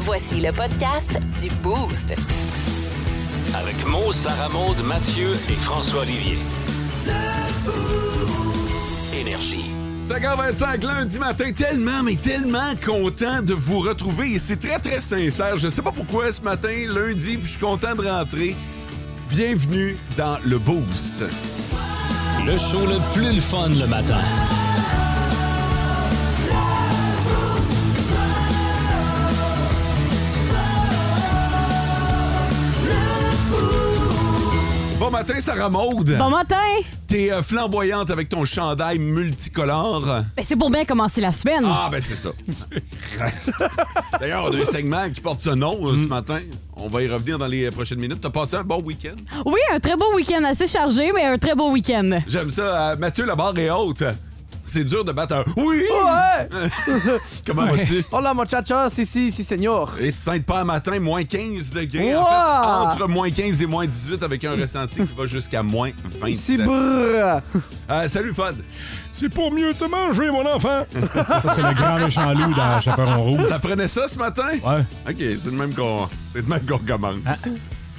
Voici le podcast du Boost. Avec Mo, Sarah Maud, Mathieu et François Olivier. Énergie. 5h25, lundi matin, tellement, mais tellement content de vous retrouver. Et c'est très, très sincère. Je sais pas pourquoi ce matin, lundi, puis je suis content de rentrer. Bienvenue dans le Boost. Le show le plus le fun le matin. Bon matin, Sarah Maude. Bon matin! T'es euh, flamboyante avec ton chandail multicolore. Ben, c'est pour bien commencer la semaine. Ah, ben c'est ça. D'ailleurs, on a un segment qui porte ce nom euh, ce Mm. matin. On va y revenir dans les euh, prochaines minutes. T'as passé un bon week-end? Oui, un très beau week-end, assez chargé, mais un très beau week-end. J'aime ça. euh, Mathieu, la barre est haute. C'est dur de battre un oui! Ouais! Comment vas-tu? Hola muchachos, si, si, si, señor. Et Sainte-Père matin, moins 15 degrés. En Wow! fait, entre moins 15 et moins 18 avec un ressenti qui va jusqu'à moins 27. Si brr. Euh, salut, Fod. C'est pour mieux te manger, mon enfant! Ça, c'est le grand méchant loup dans Chaperon Rouge. Ça prenait ça ce matin? Ouais. Ah. OK, c'est le même qu'on c'est le même qu'on commence.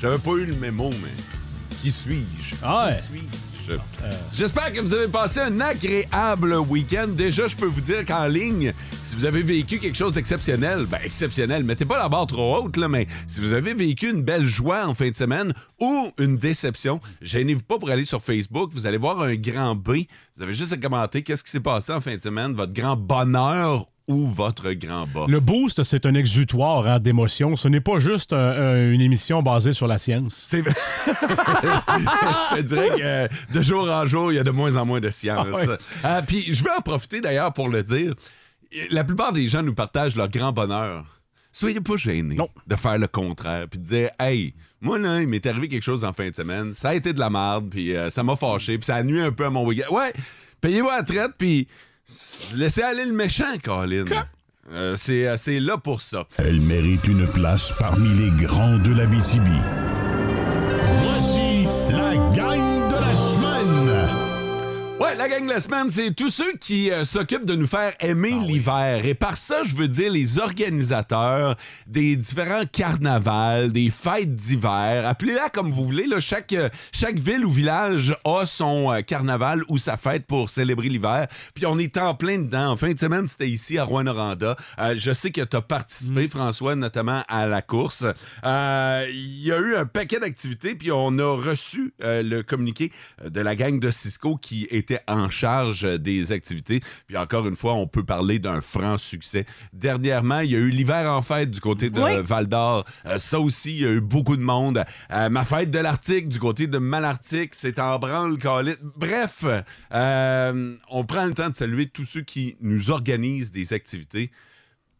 J'avais pas eu le mémo, mais qui suis-je? Ah ouais. Qui suis-je? J'espère que vous avez passé un agréable week-end. Déjà, je peux vous dire qu'en ligne, si vous avez vécu quelque chose d'exceptionnel, ben exceptionnel, mettez pas la barre trop haute, là, mais si vous avez vécu une belle joie en fin de semaine ou une déception, gênez-vous pas pour aller sur Facebook. Vous allez voir un grand B. Vous avez juste à commenter qu'est-ce qui s'est passé en fin de semaine, votre grand bonheur ou votre grand bas. Le Boost, c'est un exutoire hein, d'émotions. Ce n'est pas juste un- un- une émission basée sur la science. C'est vrai. je te dirais que euh, de jour en jour, il y a de moins en moins de science. Ah ouais. Ah, puis je vais en profiter d'ailleurs pour le dire. La plupart des gens nous partagent leur grand bonheur. Soyez pas gênés Non. de faire le contraire puis de dire Hey, moi là, il m'est arrivé quelque chose en fin de semaine, ça a été de la merde, puis euh, ça m'a fâché, puis ça a nuit un peu à mon week-end. Ouais, payez-vous la traite, puis s- laissez aller le méchant, Colin. Euh, c'est euh, c'est là pour ça. Elle mérite une place parmi les grands de la BTB. Voici la gang de la semaine! Ouais, la gang de la semaine, c'est tous ceux qui euh, s'occupent de nous faire aimer l'hiver. Et par ça, je veux dire les organisateurs des différents carnavals, des fêtes d'hiver. Appelez-la comme vous voulez. Là. Chaque, euh, chaque ville ou village a son euh, carnaval ou sa fête pour célébrer l'hiver. Puis on est en plein dedans. En fin de semaine, c'était ici à Rouen-Oranda. Euh, je sais que tu as participé, François, notamment à la course. Euh, Il y a eu un paquet d'activités, puis on a reçu euh, le communiqué de la gang de Cisco qui était en charge euh, des activités. Puis encore une fois, on peut parler d'un franc succès. Dernièrement, il y a eu l'hiver en fête du côté de Oui. Val d'Or. Euh, ça aussi, il y a eu beaucoup de monde. Euh, ma fête de l'Arctique du côté de Malartic, c'est en branle, Calit. Bref, euh, on prend le temps de saluer tous ceux qui nous organisent des activités.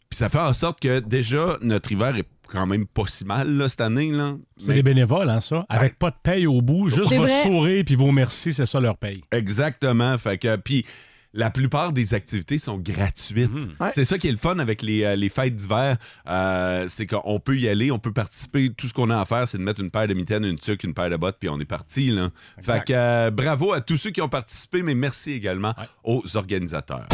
Puis ça fait en sorte que déjà, notre hiver est quand même pas si mal là, cette année. Là. C'est Mais- des bénévoles, hein, ça? Avec pas de paye au bout, juste C'est votre vrai. sourire puis vos merci, c'est ça leur paye. Exactement. Fait que, puis la plupart des activités sont gratuites. Ouais. C'est ça qui est le fun avec les, euh, les fêtes d'hiver. Euh, c'est qu'on peut y aller, on peut participer. Tout ce qu'on a à faire, c'est de mettre une paire de mitaines, une tuque, une paire de bottes, puis on est parti. Là. Fait Exact. que euh, bravo à tous ceux qui ont participé, mais merci également aux organisateurs.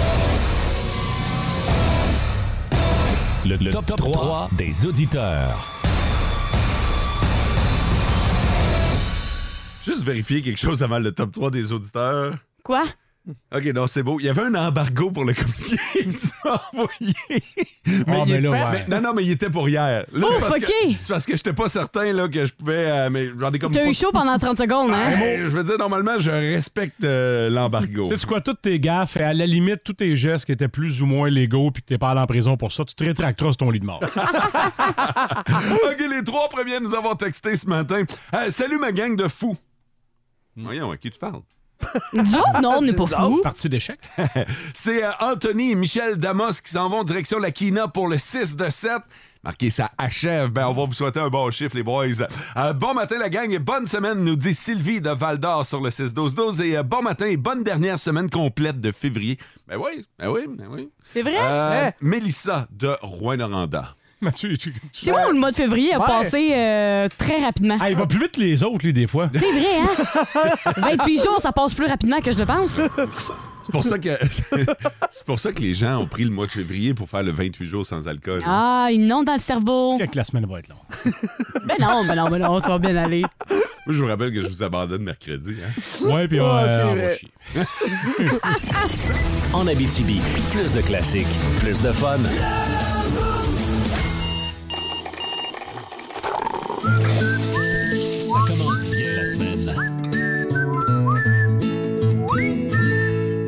Le, top, 3, des auditeurs. Juste vérifier quelque chose avant le top 3 des auditeurs. Quoi? OK, non, c'est beau. Il y avait un embargo pour le communiqué que tu m'as envoyé. Ah, il mais là, était- ouais. mais- non, non, mais il était pour hier. Là, Ouf, c'est parce que- OK. C'est parce que j'étais pas certain là, que je pouvais... euh, mais j'en ai comme... T'as pas- eu chaud pendant 30 secondes, hein? Ben, je veux dire, normalement, je respecte euh, l'embargo. Sais-tu quoi? Toutes tes gaffes et à la limite, tous tes gestes qui étaient plus ou moins légaux puis que t'es pas allé en prison pour ça, tu te rétracteras sur ton lit de mort. OK, les trois premiers nous avons texté ce matin. Euh, salut ma gang de fous. Hmm. Voyons, à qui tu parles? Nous autres, non, on n'est pas fous. Partie d'échec. C'est euh, Anthony et Michel Damos qui s'en vont direction la Kina pour le 6 de 7. Marquez, ça achève. Ben, on va vous souhaiter un bon chiffre, les boys. Euh, bon matin, la gang, et bonne semaine, nous dit Sylvie de Val d'Or sur le 6-12-12. Et euh, bon matin et bonne dernière semaine complète de février. Ben oui, ben oui, ben oui. C'est vrai? Euh, Hein? Mélissa de Rouen-Noranda. Mathieu, tu, tu- C'est moi où le mois de février a Ouais. passé euh, très rapidement. Ah, il va plus vite que les autres, lui, des fois. C'est vrai, hein? 28 jours, ça passe plus rapidement que je le pense. C'est pour ça que c'est pour ça que les gens ont pris le mois de février pour faire le 28 jours sans alcool. Ah, une onde dans le cerveau. Quand que la semaine va être longue. Ben non, ben non, ben non, ça va bien aller. Moi, je vous rappelle que je vous abandonne mercredi. hein. Ouais, puis on, Ah, c'est euh, on va vrai. chier. En Abitibi, plus de classiques, plus de fun. Ça commence bien la semaine.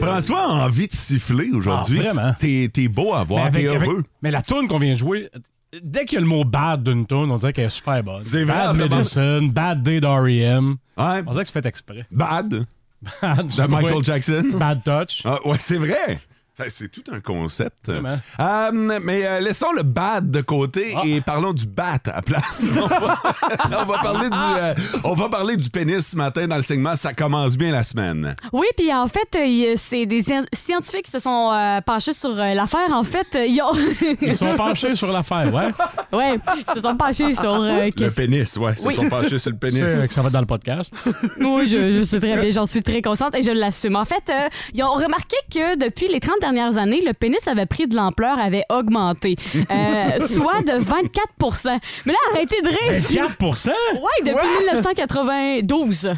François a envie de siffler aujourd'hui. Ah, vraiment? t'es, t'es beau à Mais voir, avec- t'es avec- heureux. mais la toune qu'on vient de jouer, euh, dès qu'il y a le mot bad d'une toune, on dirait qu'elle est super bonne. C'est vrai, bad on demande- Medicine, Bad Day d'R.E.M. Ouais, On dirait que c'est fait exprès. bad Bad, de Michael Jackson. Bad Touch. Ah, ouais, c'est vrai. Ça, C'est tout un concept. Vraiment. Euh, mais euh, laissons le bad de côté Ah. et parlons du bat à place. On va, on va parler du, euh, on va parler du pénis ce matin dans le segment Ça commence bien la semaine. Oui, puis en fait, euh, y a- c'est des scien- scientifiques qui se sont euh, penchés sur euh, l'affaire. En fait, euh, ils ont. Ils sont penchés sur l'affaire, ouais. ouais, ils se sont penchés sur. euh, Le qu'est-ce- pénis, ouais. Ils Oui. sont penchés sur le C'est- pénis. que ça va être dans le podcast. Oui, je, je sais très bien, j'en suis très consciente et je l'assume. En fait, euh, ils ont remarqué que depuis les 30 dernières années, le pénis avait pris de l'ampleur, avait augmenté, Euh, soit de 24 Mais là, arrêtez de rire! c'est- 4 Ouais, depuis 1992.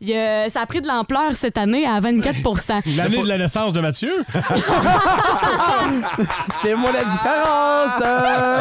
Il y a- ça a pris de l'ampleur cette année à 24 L'année de la naissance de Mathieu? C'est moi la différence. euh.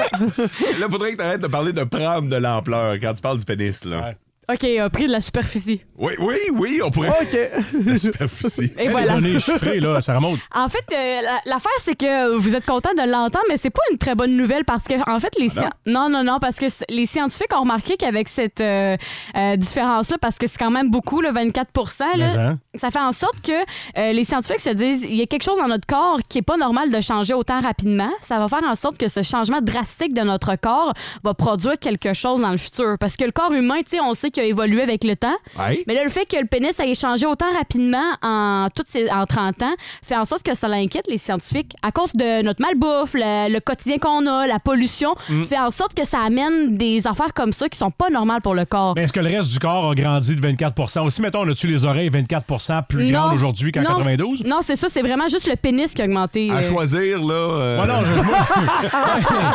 Là, faudrait que tu arrêtes de parler de prendre de l'ampleur quand tu parles du pénis, là. Ouais. OK, a pris de la superficie. Oui, oui, oui, on pourrait. OK. La superficie. Et Les voilà. données chiffrées, là, ça remonte. En fait, euh, la- l'affaire, c'est que vous êtes content de l'entendre, mais c'est pas une très bonne nouvelle parce que, en fait, les scien- non? non, non, parce que c- les scientifiques ont remarqué qu'avec cette euh, euh, différence-là, parce que c'est quand même beaucoup, le 24 Mais, là, hein? ça fait en sorte que euh, les scientifiques se disent il y a quelque chose dans notre corps qui est pas normal de changer autant rapidement. Ça va faire en sorte que ce changement drastique de notre corps va produire quelque chose dans le futur. Parce que le corps humain, tu sais, on sait qu'il a évolué avec le temps. Ouais. Mais là, le fait que le pénis ait changé autant rapidement en, toutes ces, en 30 ans fait en sorte que ça l'inquiète, les scientifiques. À cause de notre malbouffe, le, le quotidien qu'on a, la pollution, Mm. fait en sorte que ça amène des affaires comme ça qui sont pas normales pour le corps. Mais est-ce que le reste du corps a grandi de 24 Aussi, mettons, on a-tu les oreilles 24 plus grandes aujourd'hui qu'en non, 92? c'est- Non, c'est ça, c'est vraiment juste le pénis qui a augmenté. À euh. choisir, là. euh, Ouais, non, je- moi-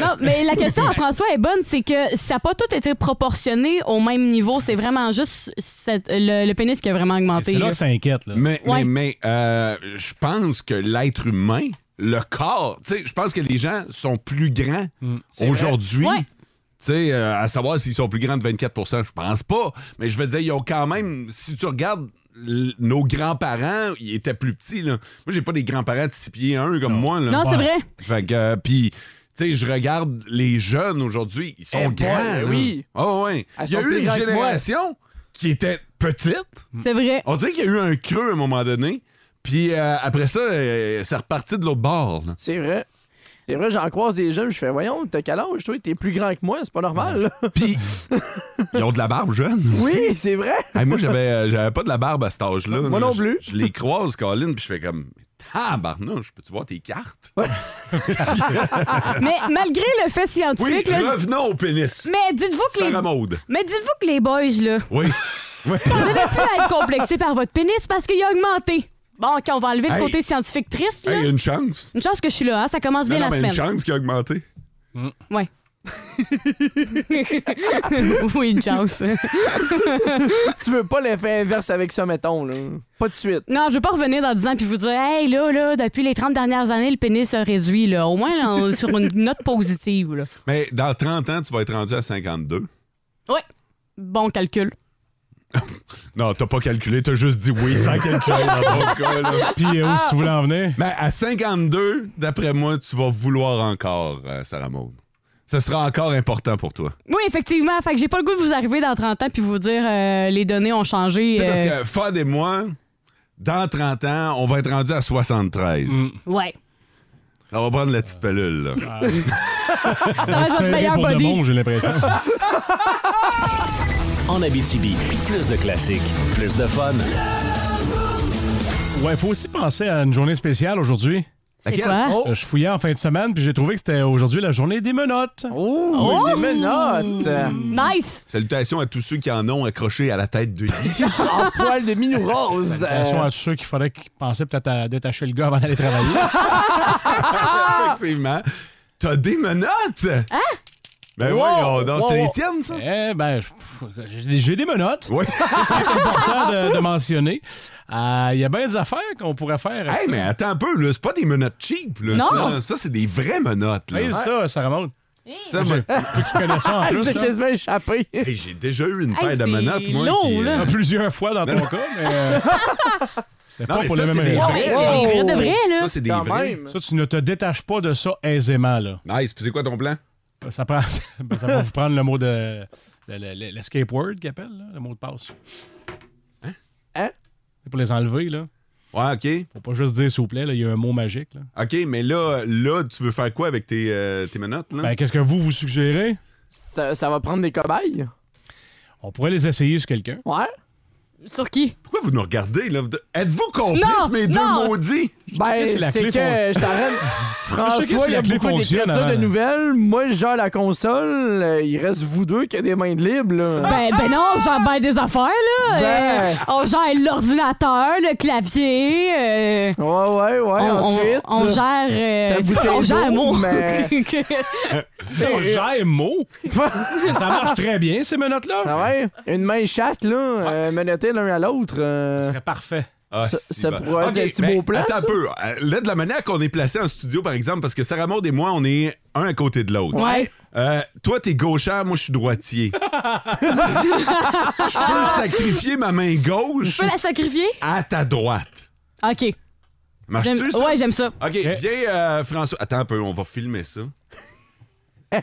Non, mais la question à François est bonne, c'est que ça n'a pas tout été proportionné au même niveau. C'est vraiment juste cette- le, le pénis qui a vraiment augmenté. c'est là là. que ça inquiète. Là. Mais, mais, Ouais. mais, euh, je pense que l'être humain, le corps, tu sais, je pense que les gens sont plus grands Hmm. aujourd'hui. Ouais. Tu sais, euh, à savoir s'ils sont plus grands de 24 je pense pas. Mais je veux dire, ils ont quand même, si tu regardes l- nos grands-parents, ils étaient plus petits. Là. Moi, j'ai pas des grands-parents de 6 pieds 1 comme moi. Là. Non, c'est vrai. Fait que, euh, puis, tu sais, je regarde les jeunes aujourd'hui, ils sont Eh boy, grands. eh là. oui. Ah ouais. Elles Il y a sont eu plus une grandes que moi. génération qui était petite. C'est vrai. On dirait qu'il y a eu un creux à un moment donné. Puis euh, après ça, euh, c'est reparti de l'autre bord. là. C'est vrai. C'est vrai, j'en croise des jeunes, je fais, voyons, t'as quel âge, toi? T'es plus grand que moi, c'est pas normal. là. Puis ils ont de la barbe jeune. aussi. Oui, c'est vrai. Hey, moi, j'avais, euh, j'avais pas de la barbe à cet âge-là. Moi là. non Je- plus. Je, les croise, Colin, puis je fais comme. Ah, barnouche, peux-tu voir tes cartes? Ah, Mais malgré le fait Oui, scientifique, là, revenons au pénis. mais dites-vous que les Sarah Maud. Mais dites-vous que les boys, là, Oui. Oui. vous n'avez plus à être complexés par votre pénis parce qu'il a augmenté. Bon, OK, on va enlever le Hey. côté scientifique triste, là. Hey, une chance. Une chance que je suis là, hein, ça commence bien Non, non, mais la une semaine. chance qui a augmenté. Ouais. oui, une chance. Tu veux pas l'effet inverse avec ça, mettons. Là. Pas de suite. Non, je veux pas revenir dans 10 ans puis vous dire, hey, là, là, depuis les 30 dernières années, le pénis a réduit, là. Au moins, là, on- sur une note positive, là. Mais dans 30 ans, tu vas être rendu à 52. Oui. Bon calcul. Non, t'as pas calculé, t'as juste dit oui sans calculer dans ton cas. là. Puis euh, où si tu voulais en venir? Ben, à 52, d'après moi, tu vas vouloir encore, euh, Sarah Maud. Ce sera encore important pour toi. Oui, effectivement. Fait que j'ai pas le goût de vous arriver dans 30 ans puis vous dire, euh, les données ont changé. Tu sais, Parce euh, que Fod et moi, dans 30 ans, on va être rendu à 73. Mm. Ouais. Ça va prendre la petite pelule. là. Ça va être votre Serré meilleur Ah. pour de body. bon, j'ai l'impression. En Abitibi, plus de classiques, plus de fun. Ouais, faut aussi penser à une journée spéciale aujourd'hui. C'est Laquelle? Oh. quoi? Euh, Je fouillais en fin de semaine, puis j'ai trouvé que c'était aujourd'hui la journée des menottes. Oh, les menottes! Nice! Salutations à tous ceux qui en ont accroché à la tête de lit. En poil de minou rose! Attention à tous ceux qui fallait qu'ils pensaient peut-être à détacher le gars avant d'aller travailler. Effectivement. T'as des menottes! Hein? Ben oui, on, wow, c'est les wow. tiennes, ça? Eh ben, je- j'ai j'ai des menottes. Oui. C'est important de, de mentionner. Euh, Il y a bien des affaires qu'on pourrait faire. Hey, mais attends un peu, là, c'est pas des menottes cheap, là. Non. Ça, ça, c'est des vraies menottes, là. Hey, ça, ça remonte. Ça, moi, Ceux qui connaissent ça en Elle plus, s'est là. quasiment échappée. hey, j'ai déjà eu une Hey, paire de c'est menottes, moi. lourd, qui, euh, là. Ah, plusieurs fois dans ton cas, mais euh, c'était Non, pas mais pour ça, le c'est même des effet. Mais vrais. c'est vrai Oh, de vrai, là. Ça, c'est des Quand vrais. même. Ça, tu ne te détaches pas de ça aisément, là. Nice, puis c'est quoi ton plan? Ça, prend- ben, ça va vous prendre le mot de. le- le- le- L'escape word qu'ils appellent, là, le mot de passe. Hein? C'est pour les enlever, là. Ouais, OK. Faut pas juste dire s'il vous plaît, là, il y a un mot magique, là. OK, mais là, là tu veux faire quoi avec tes, euh, tes menottes, là? Ben, qu'est-ce que vous vous suggérez? Ça, ça va prendre des cobayes? On pourrait les essayer sur quelqu'un. Ouais? Sur qui? Pourquoi vous nous regardez, là? Vous de- Êtes-vous complices, Non, mes deux non. maudits? Ben, si la c'est clé que fon- je t'arrête. Je sais que François, si il y la a clé beaucoup fonctionne d'écriture de avant. nouvelles. Moi, je gère la console. Euh, Il reste vous deux qui avez des mains de libre. là. Ben, ben non, on gère bien des affaires, là. Ben. Euh, on gère l'ordinateur, le clavier. euh, Ouais, ouais, ouais. on, ensuite, on- on gère. euh, ta c'est pas- bouteille on gère d'eau, mon. mais- Non, j'ai mot! ça marche très bien, ces Ah menottes-là. ouais? Une main chatte, là, euh, menottée l'un à l'autre. euh, Ce serait parfait. Ah, Ça- si, ça ben. pourrait être Ok, un petit mais beau plan, Attends un ça. peu. Euh, Là, de la manière qu'on est placé en studio, par exemple, parce que Sarah Maud et moi, on est un à côté de l'autre. Ouais. Euh, toi, t'es gauchère, moi, je suis droitier. Je peux sacrifier ma main Je gauche peux la sacrifier? à ta droite. OK. J'aime- Marches-tu, ça? Ouais, j'aime ça. OK, Eh. viens, euh, François. Attends un peu, on va filmer ça. Ah,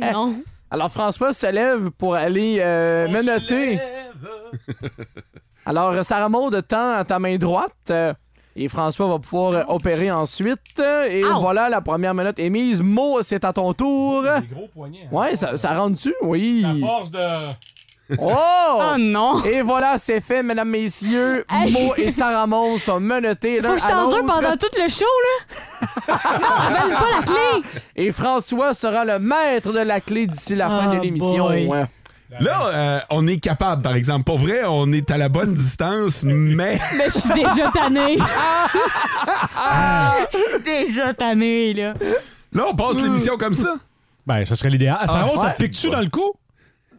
non. Alors, François se lève pour aller euh, menotter. Alors, euh, Sarah Maud tend à ta main droite. euh, et François va pouvoir euh, opérer ensuite. euh, Et Ow. voilà, la première menotte est mise. Mo, c'est à ton tour. Des gros poignets. hein. Ouais, ça, ça rentre-tu? Oui. À force de. Oh! Oh non. Et voilà, c'est fait, mesdames, messieurs. Hey. Mo et Sarah Maud sont menottés l'un Faut que je à t'endure l'autre. pendant tout le show, là. non, ils veulent pas la clé. Et François sera le maître de la clé d'ici la fin Ah, de l'émission. boy. Ouais. Là, euh, on est capable, par exemple. Pour vrai, on est à la bonne distance, mais Mais je suis déjà tannée. Ah. Je suis déjà tannée, là. là, on Mm. passe l'émission comme ça. Ben, ça serait l'idéal. Ah, ça, Ah, va, ça ouais. te pique-tu dans le cou?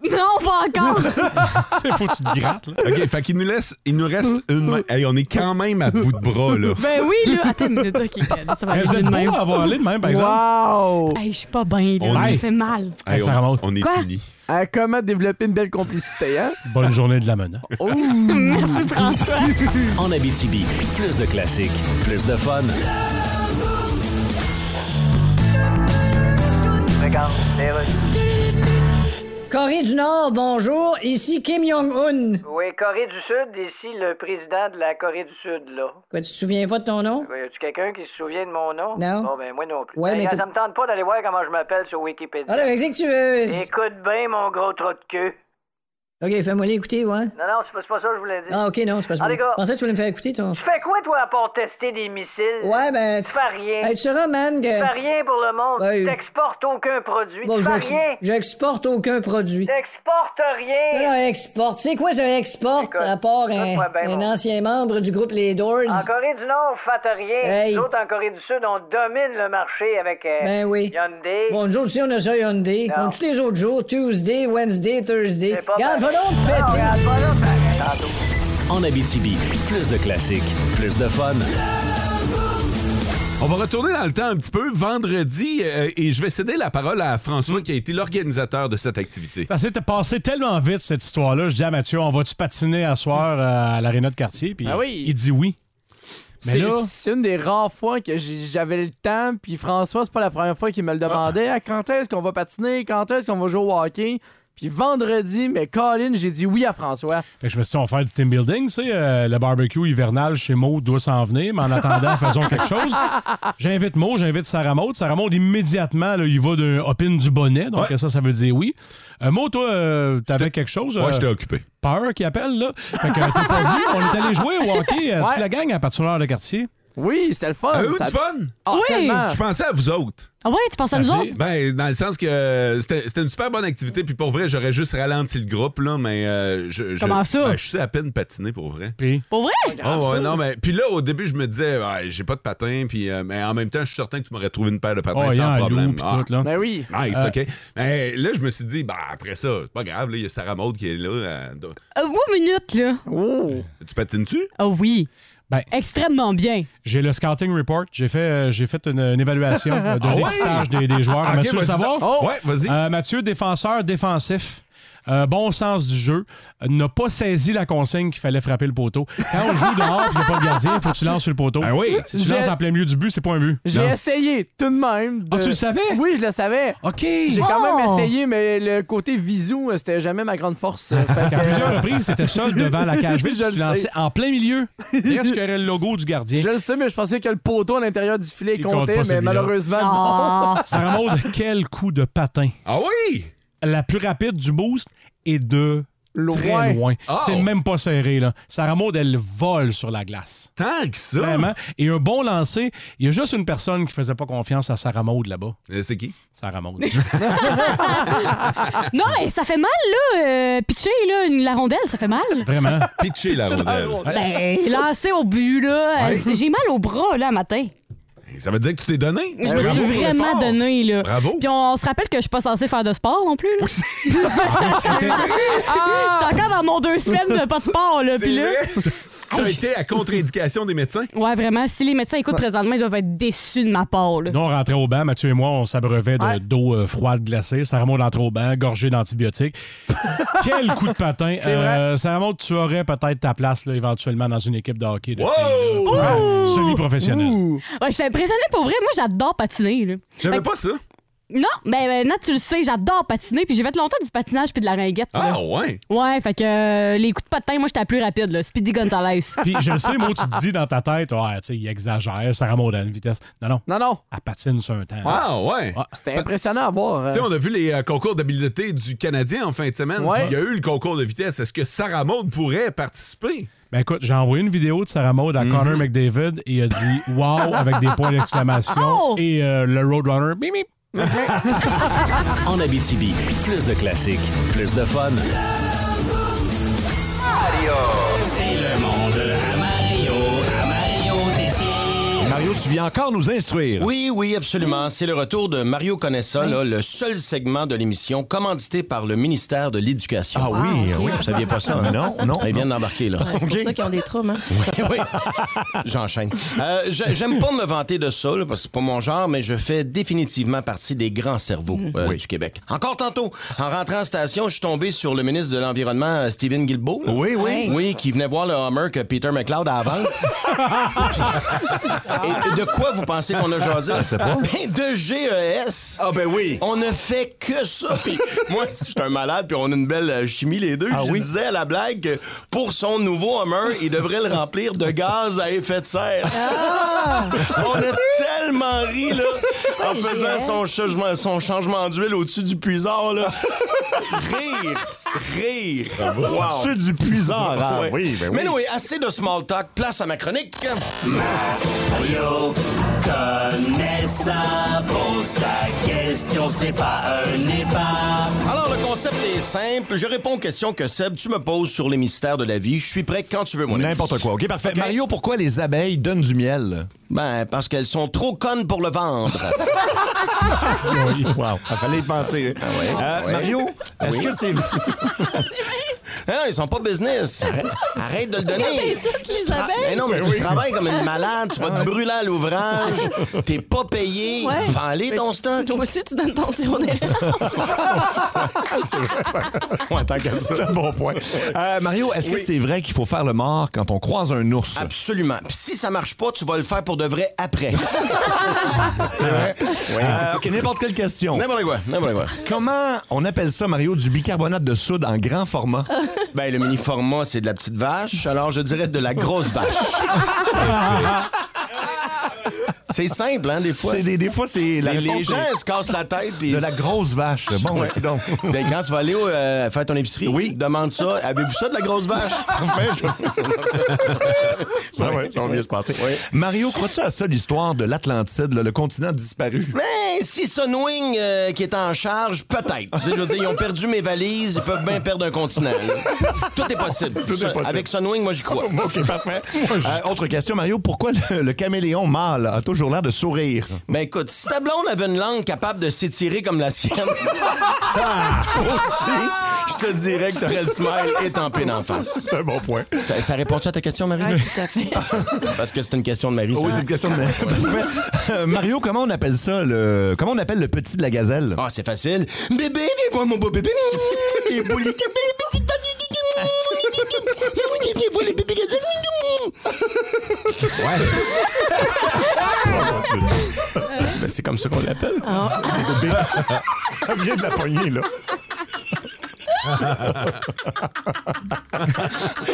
Non, pas encore. Tu sais, faut que tu te grattes, là. OK, fait qu'il nous, laisse, il nous reste une main. Hey, on est quand même à bout de bras, là. Mm. Ben oui, là. Attends une minute. OK, ça va Mais aller vous êtes de même. beau à avoir allé de même, par exemple. Wow! Hey, je suis pas bien, On là. Ça est- fait mal. Hey, on- Sarah Maud. on, est Quoi? finis. Euh, comment développer une belle complicité, hein? Bonne journée de la menace. Merci, François. En Abitibi, plus de classiques, plus de fun. Corée du Nord, bonjour. Ici Kim Jong-un. Oui, Corée du Sud, ici le président de la Corée du Sud, là. Ben, Quoi, tu te souviens pas de ton nom? Y a-tu quelqu'un qui se souvient de mon nom? Non. Bon, ben, moi non plus. Ouais, Hey, mais gars, tu- Ça me tente pas d'aller voir comment je m'appelle sur Wikipédia. Alors, qu'est-ce que tu veux? Écoute bien, mon gros trou de queue. Ok, fais-moi l'écouter, ouais. Non, non, c'est pas, c'est pas ça que je voulais dire. Ah, ok, non, c'est pas ça. Ah, les gars. Je pensais que tu voulais me faire écouter ton. Tu fais quoi, toi, à part tester des missiles? Ouais, ben. Tu fais rien. Hey, tu sauras, man, Tu fais que. rien pour le monde. Ouais. Tu t'exportes aucun produit. Bon, tu fais j'ex- rien. j'exporte aucun produit. T'exportes Non, rien. non, exporte. C'est quoi ça, exporte, Écoute, ben, à part un, écoute-moi bien, un mon- ancien membre du groupe Les Doors? En Corée du Nord, vous faites rien. Hey. Nous autres, en Corée du Sud, on domine le marché avec euh, Ben oui. Hyundai. Bon, nous autres, si on a ça Hyundai. Non. On tous les autres jours, Tuesday, Wednesday, Thursday. C'est pas Garde, va pareil. donc Non, péter! regarde pas là, pareil. Tantôt. En Abitibi, plus de classiques, plus de fun. On va retourner dans le temps un petit peu vendredi euh, et je vais céder la parole à François qui a été l'organisateur de cette activité. Ça s'était passé tellement vite, cette histoire-là. Je dis à Mathieu, on va-tu patiner à soir euh, à l'aréna de quartier? Puis Ben Ah oui. il dit oui. Mais C'est- là- C'est une des rares fois que j'ai- j'avais le temps, puis François, c'est pas la première fois qu'il me le demandait. Ah, quand est-ce qu'on va patiner? Quand est-ce qu'on va jouer au hockey? Puis vendredi, mais Colin, j'ai dit oui à François. Fait que je me suis dit, on va faire du team building, tu sais. euh, le barbecue hivernal chez Maud doit s'en venir, mais en attendant, faisons quelque chose. J'invite Maud, j'invite Sarah Maud. Sarah Maud, immédiatement, là, il va d'un hop-in du bonnet. Donc, ça, ça veut dire oui. Euh, Maud, toi, euh, t'avais quelque chose? Moi, euh, j'étais occupé. peur qui appelle, là. Fait que t'es pas venu. On est allé jouer au hockey, euh, toute Ouais. la gang à patinoire de quartier. Oui, c'était le fun. À eux ça- du fun? Ah, Oui! tellement. Je pensais à vous autres. Ah ouais, tu penses à nous autres? Ben, dans le sens que euh, c'était c'était une super bonne activité, puis pour vrai, j'aurais juste ralenti le groupe, là, mais euh, je, je- Comment ça? ben, je suis à peine patiné pour vrai. Puis, Pour vrai? Ah ouais, non, mais puis là, au début, je me disais, Ouais, j'ai pas de patin, puis euh, mais en même temps, je suis certain que tu m'aurais trouvé une paire de patins oh, il y a sans un problème. loup, puis Ah. tout, là. Ben oui. Nice, Euh, OK. Mais là, je me suis dit, bah, après ça, c'est pas grave, là, il y a Sarah Maud qui est là. euh, do- Euh, oui, minute, là. Oh. tu patines-tu? Ah oui. Ben. Extrêmement bien. J'ai le scouting report. J'ai fait, euh, j'ai fait une, une évaluation euh, de Ah ouais? dépistage des, des joueurs. Ah, ok, Mathieu, le vas-y savoir? donc. Ouais, vas-y. Euh, Mathieu, défenseur défensif. euh, bon sens du jeu, euh, n'a pas saisi la consigne qu'il fallait frapper le poteau. Quand on joue dehors, il n'y a pas de gardien, il faut que tu lances sur le poteau. Ben oui. Si tu J'ai- lances en plein milieu du but, c'est pas un but. J'ai Non. essayé tout de même. de- Ah, tu le savais? Oui, je le savais. OK. J'ai quand Oh! même essayé, mais le côté visou, euh, c'était jamais ma grande force. euh, fait Ah, Parce qu'à que- plusieurs reprises, t'étais seul devant la cage vide, Je puis tu le lançais sais. en plein milieu. Est-ce qu'il y aurait le logo du gardien? Je le sais, mais je pensais que le poteau à l'intérieur du filet Il compte comptait, pas mais celui-là. malheureusement, non. Ah. Sarah Maud, quel coup de patin. Ah oui! La plus rapide du boost est de Loin. très loin. Oh. C'est même pas serré, là. Sarah Maud, elle vole sur la glace. Tant que ça! Vraiment. Et un bon lancer. Il y a juste une personne qui faisait pas confiance à Sarah Maud là-bas. Euh, c'est qui? Sarah Maud. Non, et ça fait mal, là. euh, pitcher, là, une- la rondelle, ça fait mal. Vraiment. Pitcher la rondelle. Ben, lancer au but, là. euh, c'est- J'ai mal au bras, là, matin. Ben, Ça veut dire que tu t'es donné? Je me suis vraiment donné, là. Bravo. Puis on, on se rappelle que je suis pas censée faire de sport non plus. là. Ah, Je suis encore dans mon deux semaines de pas de sport, Oh, là. Puis C'est là. vrai? T'as été à contre-éducation des médecins? Ouais, vraiment. Si les médecins écoutent présentement, ils doivent être déçus de ma part, là. Nous, on rentrait au banc, Mathieu et moi, on s'abreuvait de- Ouais. d'eau euh, froide glacée. Sarah Maud rentrait au banc, gorgée d'antibiotiques. Quel coup de patin. Euh, Sarah Maud, tu aurais peut-être ta place là, éventuellement dans une équipe de hockey de Wow! filles, là, Ouh! semi-professionnelle. Ouais, je suis impressionnée pour vrai. Moi, j'adore patiner, là. J'avais pas ça. Non, ben, ben Nat, tu le sais, j'adore patiner. Puis j'ai fait longtemps du patinage puis de la ringuette. là. Ah ouais! Ouais, fait que euh, les coups de patin, moi, j'étais la plus rapide, là. Speedy Gonzalez. Puis je le sais, moi, tu te dis dans ta tête, ouais, tu sais, il exagère, Sarah Maud a une vitesse. Non, non, Non, non. elle patine sur un temps. Ah ouais! Ah. C'était impressionnant à voir. euh. Tu sais, on a vu les euh, concours d'habileté du Canadien en fin de semaine. Ouais. puis Il y a eu le concours de vitesse. Est-ce que Sarah Maud pourrait participer? Ben écoute, j'ai envoyé une vidéo de Sarah Maud à Mhm. Connor McDavid et il a dit Wow avec des points d'exclamation Ah, Oh! et euh, le Roadrunner. Bim, bim. En Abitibi, plus de classiques, plus de fun. C'est le monde à Mario, à Mario Mario, tu viens encore nous instruire. Oui, oui, absolument. C'est le retour de Mario Connaissa, là, le seul segment de l'émission commandité par le ministère de l'Éducation. Ah oui, oui. Vous saviez pas ça? hein? Non, non, Ils viennent d'embarquer, là. C'est pour ça qu'ils ont des troubles. Hein? Oui, oui. J'enchaîne. Euh, j'ai- J'aime pas me vanter de ça, là, parce que c'est pas mon genre, mais je fais définitivement partie des grands cerveaux euh, du Québec. Encore tantôt, en rentrant en station, je suis tombé sur le ministre de l'Environnement, euh, Stephen Guilbeault. là. Oui, oui. Hey. Oui, qui venait voir le Hummer que Peter McLeod a avant. Et de quoi vous pensez qu'on a jasé? Ben, de GES. Ah ben oui. On ne fait que ça. Puis moi, je suis un malade, puis on a une belle euh, chimie les deux. je disais à la blague que pour son nouveau Hummer, il devrait le remplir de gaz à effet de serre. Ah! on a tellement ri, là, en les faisant GS? son changement, son changement d'huile au-dessus du puisard, là. rire, rire. Wow. C'est du puissant. Ah Ouais. oui, ben oui. Mais oui, assez de small talk. Place à ma chronique. Mario Connaissa pose ta question, c'est pas un débat. Alors, le concept est simple. Je réponds aux questions que Seb, tu me poses sur les mystères de la vie. Je suis prêt quand tu veux, mon ami. N'importe quoi. OK, parfait. Mario, pourquoi les abeilles donnent du miel? Ben, parce qu'elles sont trop connes pour le vendre. Ah, Wow. Il fallait y penser. hein. Euh, Mario, est-ce oui. que c'est... Hein, ils sont pas business. Arrête, arrête de le donner. T'insultes les Tu tra- abeilles? Mais non, Eh mais tu travailles comme une malade. Tu vas te brûler à l'ouvrage. T'es pas payé. Ouais. Vends-les ton stock. Toi aussi, tu donnes ton sirop d'érable. Ouais, tant qu'à ça. C'est un bon point. Euh, Mario, est-ce que c'est vrai qu'il faut faire le mort quand on croise un ours? Absolument. Puis si ça marche pas, tu vas le faire pour de vrai après. Euh, OK, n'importe quelle question. N'importe quoi, n'importe quoi. Comment on appelle ça, Mario, du bicarbonate de soude en grand format? Ben, le mini-format, c'est de la petite vache. Alors, je dirais de la grosse vache. C'est simple, hein, des fois. C'est des- des fois, c'est la Les, les réponse gens, est- ils se cassent la tête. Ben, De la grosse vache. Bon, donc. quand tu vas aller au, euh, faire ton épicerie, demande ça. Avez-vous ça de la grosse vache? Enfin, je- Ah ouais, ça va bien se passer. Mario, crois-tu à ça l'histoire de l'Atlantide, là, le continent disparu? Mais Ben, si Sunwing euh, qui est en charge, peut-être. Tu sais, Je veux dire, ils ont perdu mes valises, ils peuvent bien perdre un continent. là. Tout est possible. Tout est Ça, possible. Avec Sunwing, moi, j'y crois. OK, parfait. Euh, autre question, Mario. Pourquoi le, le caméléon mâle a toujours l'air de sourire? Ben écoute, si ta blonde avait une langue capable de s'étirer comme la sienne, toi Ah, aussi, je te dirais que t'aurais le smile étampé d'en face. C'est un bon point. Ça, ça répond-tu à ta question, Marie? Ouais, tout à fait. Parce que c'est une question de Marie. Oui, ça. c'est une question de... Parfait. Euh, Mario, comment on appelle ça? Le... Comment on appelle le petit de la gazelle? Ah, c'est facile. Bébé, viens voir mon beau bébé. Les boules, les petites boules. Viens voir les bébés gazelles. Ben, c'est comme ça qu'on l'appelle. Elle vient de la poignée, là.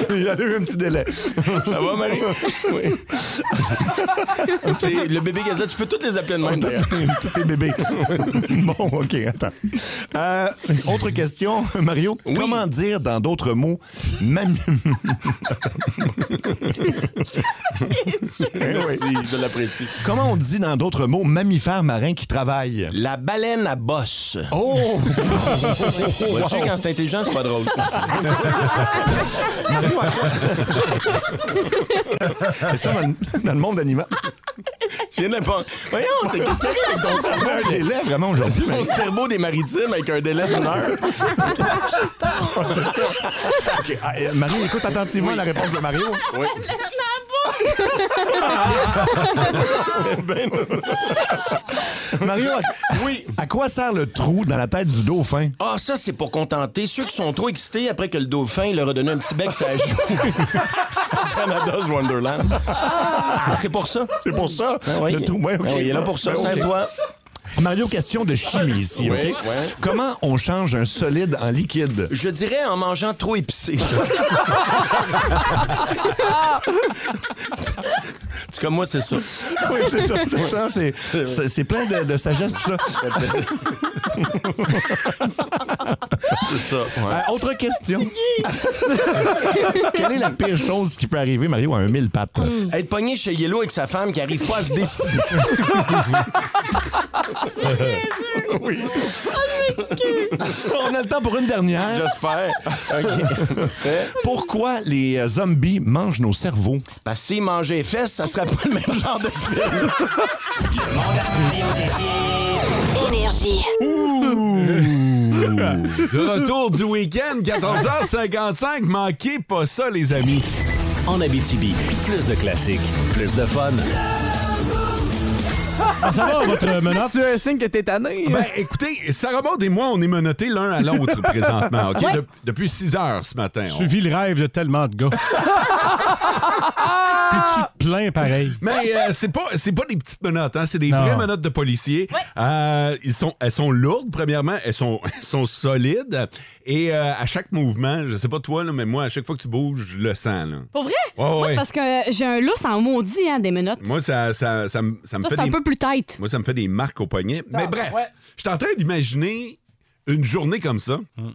Il y a eu un petit délai. Ça va, Marie? Oui. C'est le bébé gazette, tu peux toutes les appeler de même. d'ailleurs. Tous tes bébés. bon, OK, attends. Euh, autre question, Mario. Comment dire dans d'autres mots mamie? Eh Merci, je l'apprécie. Comment on dit dans d'autres mots mammifère marin qui travaille? La baleine à bosse. Oh! Vois-tu, quand c'est intelligent, c'est pas drôle. Mario, Et ça, dans le, dans le monde animal. tu viens de pas. Voyons, t'es- qu'est-ce qu'il y a avec ton On cerveau? a un délai vraiment aujourd'hui. Mon cerveau des maritimes avec un délai d'une heure. OK, ah, euh, Marie, écoute attentivement la réponse de Mario. Oui. Eh ben. Mario, à, Oui. à quoi sert le trou dans la tête du dauphin? Ah, ça, c'est pour contenter ceux qui sont trop excités après que le dauphin leur a donné un petit bec, ça joue. Canada's Wonderland. C'est- C'est pour ça. C'est pour ça, Ah oui. le trou. ouais, OK. Ah oui, il est là pour ça, Ben, c'est OK. toi. Mario, question de chimie ici, OK? Oui, ouais. Comment on change un solide en liquide? Je dirais en mangeant trop épicé. Ah, C'est comme moi, c'est ça. Oui, c'est ça, c'est ça, c'est- c'est c'est plein de, de sagesse, tout ça. C'est ça. Euh, autre question. Quelle est la pire chose qui peut arriver, Mario, à un mille pattes? Être pogné chez Yellow avec sa femme qui arrive pas à se décider. Oui. On a le temps pour une dernière. J'espère. OK. Fait. Pourquoi les euh, zombies mangent nos cerveaux? Ben, s'il mangeait les fesses, ça serait pas le même genre de film. Énergie. De retour du week-end, 14h55. Manquez pas ça, les amis. En Abitibi, plus de classiques, plus de fun. Ah, ça va, votre menace? C'est un signe que t'es hein? tanné. Ben, écoutez, Sarah Maud et moi, on est menottés l'un à l'autre présentement, OK? Ouais. De- depuis 6 heures ce matin. on- Tu vis le rêve de tellement de gars. Puis tu te plains pareil. Mais euh, c'est pas c'est pas des petites menottes, hein, c'est des Non. vraies menottes de policiers. Euh, ils sont elles sont lourdes premièrement, elles sont elles sont solides et euh, à chaque mouvement, je sais pas toi là, mais moi à chaque fois que tu bouges, je le sens là. Pour vrai? Ouais, Moi, ouais. c'est parce que j'ai un lousse en maudit, hein, des menottes. Moi ça ça ça, me- ça me Ça, fait c'est un des peu plus tête. moi ça me fait des marques au poignet. mais bref, ouais. je suis en train d'imaginer une journée comme ça. Mm.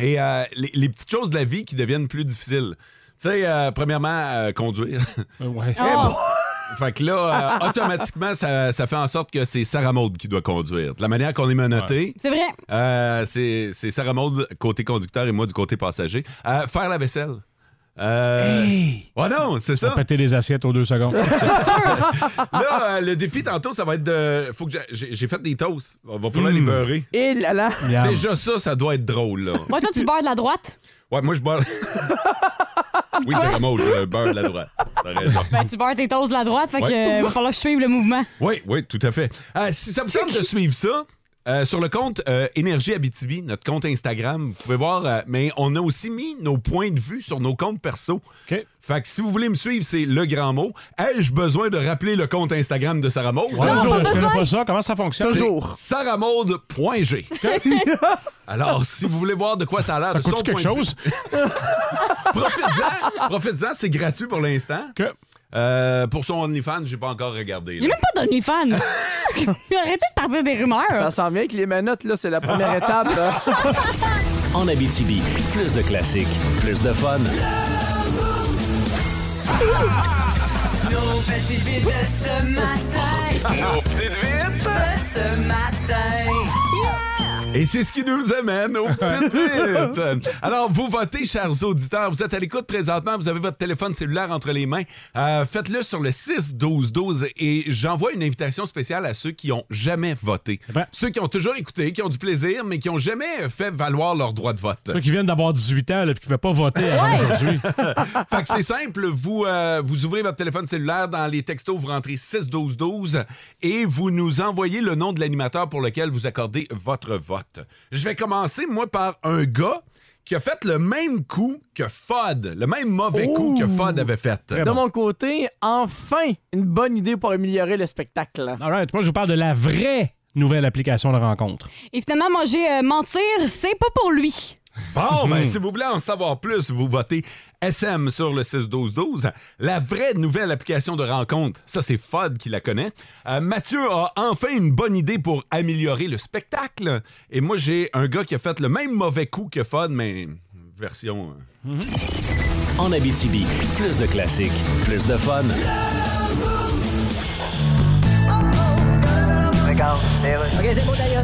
Et euh, les, les petites choses de la vie qui deviennent plus difficiles. Tu sais, euh, premièrement, euh, conduire. Euh, Ouais. Oh, Fait que là, euh, automatiquement, ça, ça fait en sorte que c'est Sarah Maud qui doit conduire. De la manière qu'on est menotté, c'est vrai. euh, c'est c'est Sarah Maud côté conducteur et moi du côté passager. Euh, faire la vaisselle. Euh... Oh non, c'est ça. Péter les assiettes aux deux secondes. Là, euh, le défi tantôt, ça va être de. Faut que j'a- j'ai j'ai fait des toasts. On va Hmm. falloir les beurrer. Eh Et là là. Bien. Déjà ça, ça doit être drôle, là. Moi, toi, tu beurres de la droite. Ouais, moi, je beurre. oui, Sarah Maud, je beurre la droite. T'as raison. Ben, tu beurres tes toasts de la droite, fait que Ouais. euh, va falloir que je suive le mouvement. Oui, oui, tout à fait. Euh, si ça vous tente de suivre ça, euh, sur le compte euh, Énergie Abitibi, notre compte Instagram, vous pouvez voir, euh, mais on a aussi mis nos points de vue sur nos comptes perso. OK. Fait que si vous voulez me suivre, c'est le grand mot. Ai-je besoin de rappeler le compte Instagram de Sarah Maud? Ouais, Toujours. je pas connais besoin. pas ça. Comment ça fonctionne? Toujours. sarahmaude.g. Alors, si vous voulez voir de quoi ça a l'air, Ça de son coûte point quelque de vue, chose? Profites-en, profites-en, c'est gratuit pour l'instant. Que- Euh, pour son OnlyFans, j'ai pas encore regardé. J'ai là. même pas d'OnlyFans. Arrêtez de partir des rumeurs. Ça s'en vient avec les menottes, là, c'est la première étape. là. En Abitibi, plus de classiques, plus de fun. Nos petites vites de ce matin. Nos petites vites de ce matin. Et c'est ce qui nous amène aux petites minutes. Alors, vous votez, chers auditeurs. Vous êtes à l'écoute présentement. Vous avez votre téléphone cellulaire entre les mains. Euh, Faites-le sur le 6-12-12 et j'envoie une invitation spéciale à ceux qui ont jamais voté. Eh ben. Ceux qui ont toujours écouté, qui ont du plaisir, mais qui ont jamais fait valoir leur droit de vote. Ceux qui viennent d'avoir 18 ans et qui ne veulent pas voter avant aujourd'hui. fait que c'est simple, vous, euh, vous ouvrez votre téléphone cellulaire, dans les textos, vous rentrez 6-12-12 et vous nous envoyez le nom de l'animateur pour lequel vous accordez votre vote. Je vais commencer, moi, par un gars qui a fait le même coup que Fod, le même mauvais coup que Fod avait fait. de mon côté, enfin, une bonne idée pour améliorer le spectacle. All right, moi, je vous parle de la vraie nouvelle application de rencontre. Et finalement, manger euh, mentir, c'est pas pour lui. Bon, ben, si vous voulez en savoir plus, vous votez SM sur le 6-12-12. La vraie nouvelle application de rencontre, ça c'est Fod qui la connaît. Euh, Mathieu a enfin une bonne idée pour améliorer le spectacle. Et moi, j'ai un gars qui a fait le même mauvais coup que Fod, mais version... euh, En Abitibi, plus de classiques, plus de fun. OK, c'est bon, d'ailleurs.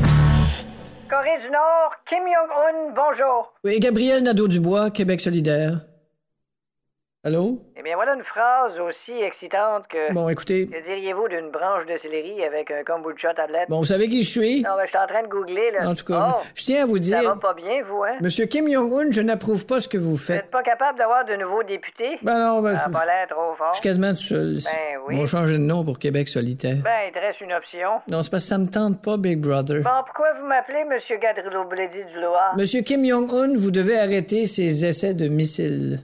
Corée du Nord, Kim Jong-un, bonjour. Oui, Gabriel Nadeau-Dubois, Québec solidaire. Allô? Eh bien, voilà une phrase aussi excitante que. Bon, écoutez. Que diriez-vous d'une branche de céleri avec un kombucha tablette? Bon, vous savez qui je suis? Non, mais je suis en train de googler, là. En tout cas, Oh, je tiens à vous dire... Ça va pas bien, vous, hein? Monsieur Kim Jong-un, je n'approuve pas ce que vous Vous faites. n'êtes pas capable d'avoir de nouveaux députés? Ben non, ben, Ça je- a pas l'air trop fort. Je suis quasiment tout seul. Ben oui. On va changer de nom pour Québec solitaire. Ben, il te reste une option. Non, c'est parce que ça me tente pas, Big Brother. Bon, pourquoi vous m'appelez Monsieur Gadrillo Bledy du Loir? Monsieur Kim Jong-un, vous devez arrêter ses essais de missiles.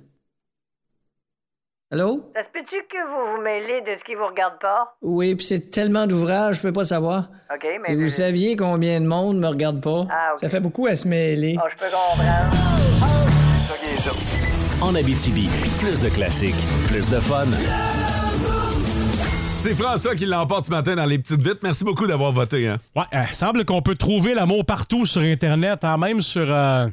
Allô? Ça se peut-tu que vous vous mêlez de ce qui vous regarde pas? Oui, puis c'est tellement d'ouvrages, je peux pas savoir. OK, mais. Si vous je- saviez combien de monde me regarde pas, Ah, ok. Ah, ça fait beaucoup à se mêler. Ah, je peux comprendre. En Abitibi, plus de classiques, plus de fun. C'est François qui l'emporte ce matin dans les petites vites. Merci beaucoup d'avoir voté. hein. Ouais, euh, semble qu'on peut trouver l'amour partout sur Internet, hein, même sur, euh,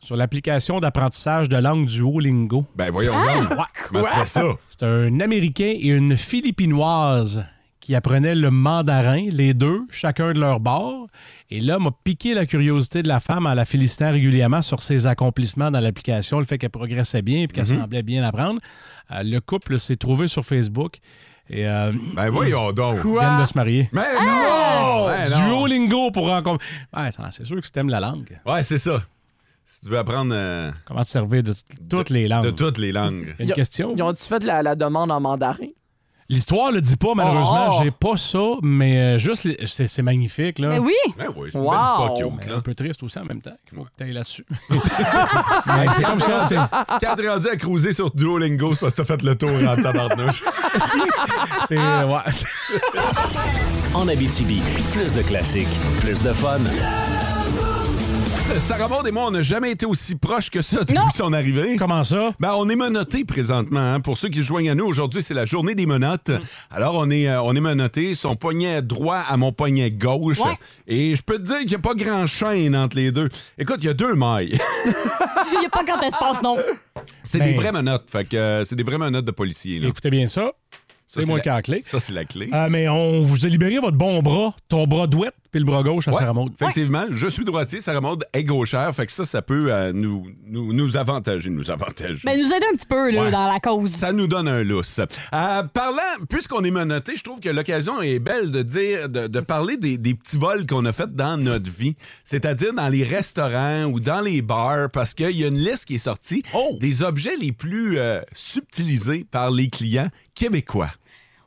sur l'application d'apprentissage de langue Duolingo. Ah! Ben voyons donc. Comment tu fais ça? C'est un Américain et une Philippinoise qui apprenaient le mandarin, les deux, chacun de leur bord. Et l'homme a piqué la curiosité de la femme en la félicitant régulièrement sur ses accomplissements dans l'application, le fait qu'elle progressait bien et qu'elle Mhm. semblait bien apprendre. Euh, le couple s'est trouvé sur Facebook. Et, ben voyons donc. Ils viennent de se marier. Mais non! Ouais, Ben non. Duolingo pour rencontrer. Ouais, ça, c'est sûr que si t'aimes la langue. Ouais, c'est ça. Si tu veux apprendre... euh, Comment te servir de t- toutes les langues. De toutes les langues. Une question. Ils ont-tu fait la, la demande en mandarin? L'histoire le dit pas, malheureusement. Oh! J'ai pas ça, mais euh, juste, les- c'est c'est magnifique. Là. Mais oui! Ben oui, c'est une belle histoire cute, Mais Un peu triste aussi en même temps. Il faut que t'ailles là-dessus. Hey, Mais c'est comme ça, c'est. Quand t'es rendu à cruiser sur Duolingo, c'est parce que t'as fait le tour en tabarnouche. t'es- ouais. En Abitibi, plus de classiques, plus de fun. Sarah Maud et moi, on n'a jamais été aussi proches que ça depuis son arrivée. Comment ça? Ben, on est menottés présentement. hein. Pour ceux qui se joignent à nous, aujourd'hui, c'est la journée des menottes. Alors, on est, euh, on est menottés. Son poignet droit à mon poignet gauche. Ouais. Et je peux te dire qu'il n'y a pas grand chaîne entre les deux. Écoute, il y a deux mailles. Il n'y a pas grand espace, non. c'est des Ben- vraies menottes. Fait que euh, c'est des vraies menottes de policiers. là. Écoutez bien ça. Ça, C'est moi la- qui ai la clé. Ça, c'est la clé. Euh, mais on vous a libéré votre bon bras, ton bras douette, puis le bras gauche à Ouais, Sarah Maud. Effectivement, je suis droitier, Sarah Maud est gauchère, fait que ça, ça peut euh, nous, nous, nous avantager, nous avantager. Ben, nous aider un petit peu là, Ouais. dans la cause. Ça nous donne un lousse. Euh, parlant, puisqu'on est menotté, je trouve que l'occasion est belle de dire, de, de parler des, des petits vols qu'on a fait dans notre vie, c'est-à-dire dans les restaurants ou dans les bars, parce qu'il y a une liste qui est sortie des objets les plus euh, subtilisés par les clients québécois.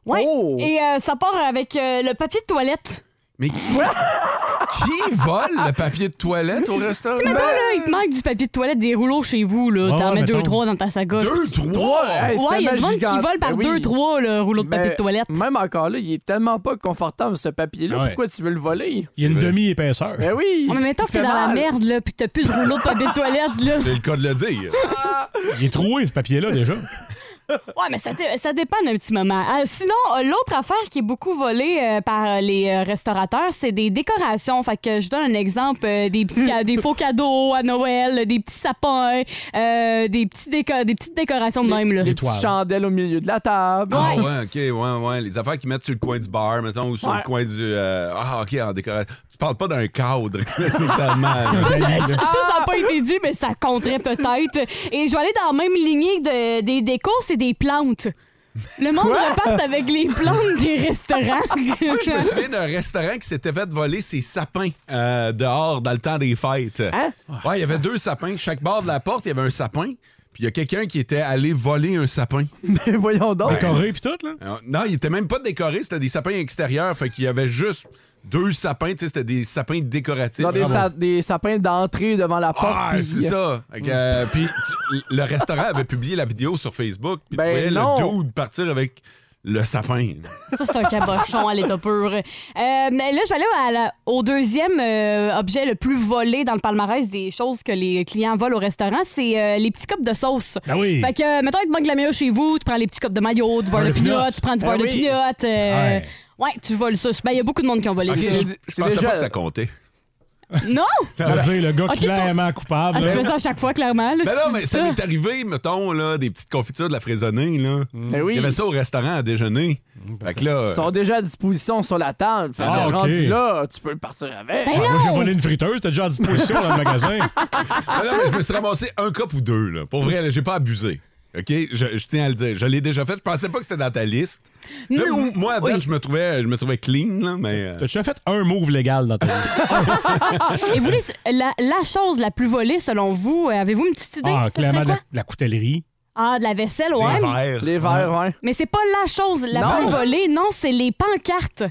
Ouais. Oh. Et euh, ça part avec euh, le papier de toilette. Mais qui, qui vole le papier de toilette au Hein, restaurant? Ben. Mettons, là, il te manque du papier de toilette, des rouleaux chez vous, là. Ouais, T'en mets deux, mettons. trois dans ta sacoche. Deux, trois? Hey, c'est ouais, il y a du tellement monde qui gigante. vole par Ben oui. deux, trois, le rouleau de papier Mais de toilette. Même encore là, il est tellement pas confortable ce papier-là. Ah Ouais. Pourquoi tu veux le voler? Il y a une demi-épaisseur. Ben oui! Ouais, mais mettons il que t'es fait dans la mal. merde, là, pis t'as plus de rouleau de papier de toilette, là. C'est le cas de le dire. Il est troué, ce papier-là, déjà. Ouais, mais ça, dé- ça dépend d'un petit moment. Euh, sinon, euh, l'autre affaire qui est beaucoup volée euh, par euh, les euh, restaurateurs, c'est des décorations. Fait que je vous donne un exemple euh, des petits ca- des faux cadeaux à Noël, euh, des petits sapins, euh, des petits déco- des petites décorations de même là. Les petites chandelles au milieu de la table. Ah ouais, ok, ouais, ouais. Les affaires qu'ils mettent sur le coin du bar, mettons, ou sur Ouais. le coin du. euh, ah, ok, en décoration. Tu parles pas d'un cadre, nécessairement. Ça, je- ça, ça n'a pas été dit, mais ça compterait peut-être. Et je vais aller dans la même lignée de- des décos, c'est des plantes. Le monde Quoi? repart avec les plantes des restaurants. Moi, je me souviens d'un restaurant qui s'était fait voler ses sapins euh, dehors dans le temps des fêtes. Hein? Ouais, il y avait deux sapins. Chaque bord de la porte, il y avait un sapin. Puis il y a quelqu'un qui était allé voler un sapin. Mais voyons donc. Décoré puis tout, là? Euh, Non, il était même pas décoré, c'était des sapins extérieurs. Fait qu'il y avait juste deux sapins, tu sais, c'était des sapins décoratifs. Genre des, Ah bon. sa- des sapins d'entrée devant la porte. Ah, puis- c'est ça. Fait que, euh, puis tu- le restaurant avait publié la vidéo sur Facebook. Puis Ben tu voyais non. le dude partir avec le sapin. Ça, c'est un cabochon à l'état pur. Euh, mais là, je vais aller à la- au deuxième euh, objet le plus volé dans le palmarès des choses que les clients volent au restaurant, c'est euh, les petits cups de sauce. Ah oui. Fait que, euh, mettons, il te manque de la mayo chez vous, tu prends les petits cups de mayo, du beurre de Beurre de pinot, peanut. tu prends du Ah beurre de oui. pinot. euh, Ouais. ouais, tu voles ça. Ben, il y a beaucoup de monde qui ont volé Ok, ça. je, je pensais pas que ça comptait. Non! Je veux dire, le gars Ok, toi- clairement coupable. Ah, tu fais là. ça à chaque fois, clairement. là, Mais Ben non, si mais tu ça dis m'est arrivé, mettons, là, des petites confitures de la fraisonnée. Là. Ben oui. Mm. Il y avait ça au restaurant à déjeuner. Fait que là. Ils sont déjà à disposition sur la table. Fait que Ah, ok. rendu là, tu peux partir Ben avec. Ah, moi, j'ai volé une friteuse, t'es déjà à disposition dans le magasin. Ah non, mais je me suis ramassé un cop ou deux. Là. Pour vrai, là, j'ai pas abusé. OK? Je, je tiens à le dire. Je l'ai déjà fait. Je pensais pas que c'était dans ta liste. Là, Non. m- moi, à date, je me trouvais, je me trouvais clean, là, mais. euh, T'as déjà fait un move légal dans ta vie. Et vous, les- la, la chose la plus volée, selon vous, euh, avez-vous une petite idée? Ah, Ça serait clairement, de la, quoi? de la coutellerie. Ah, de la vaisselle, ouais. mais- Les verres, ouais. Mais c'est pas la chose la Non. plus volée, non, c'est les pancartes.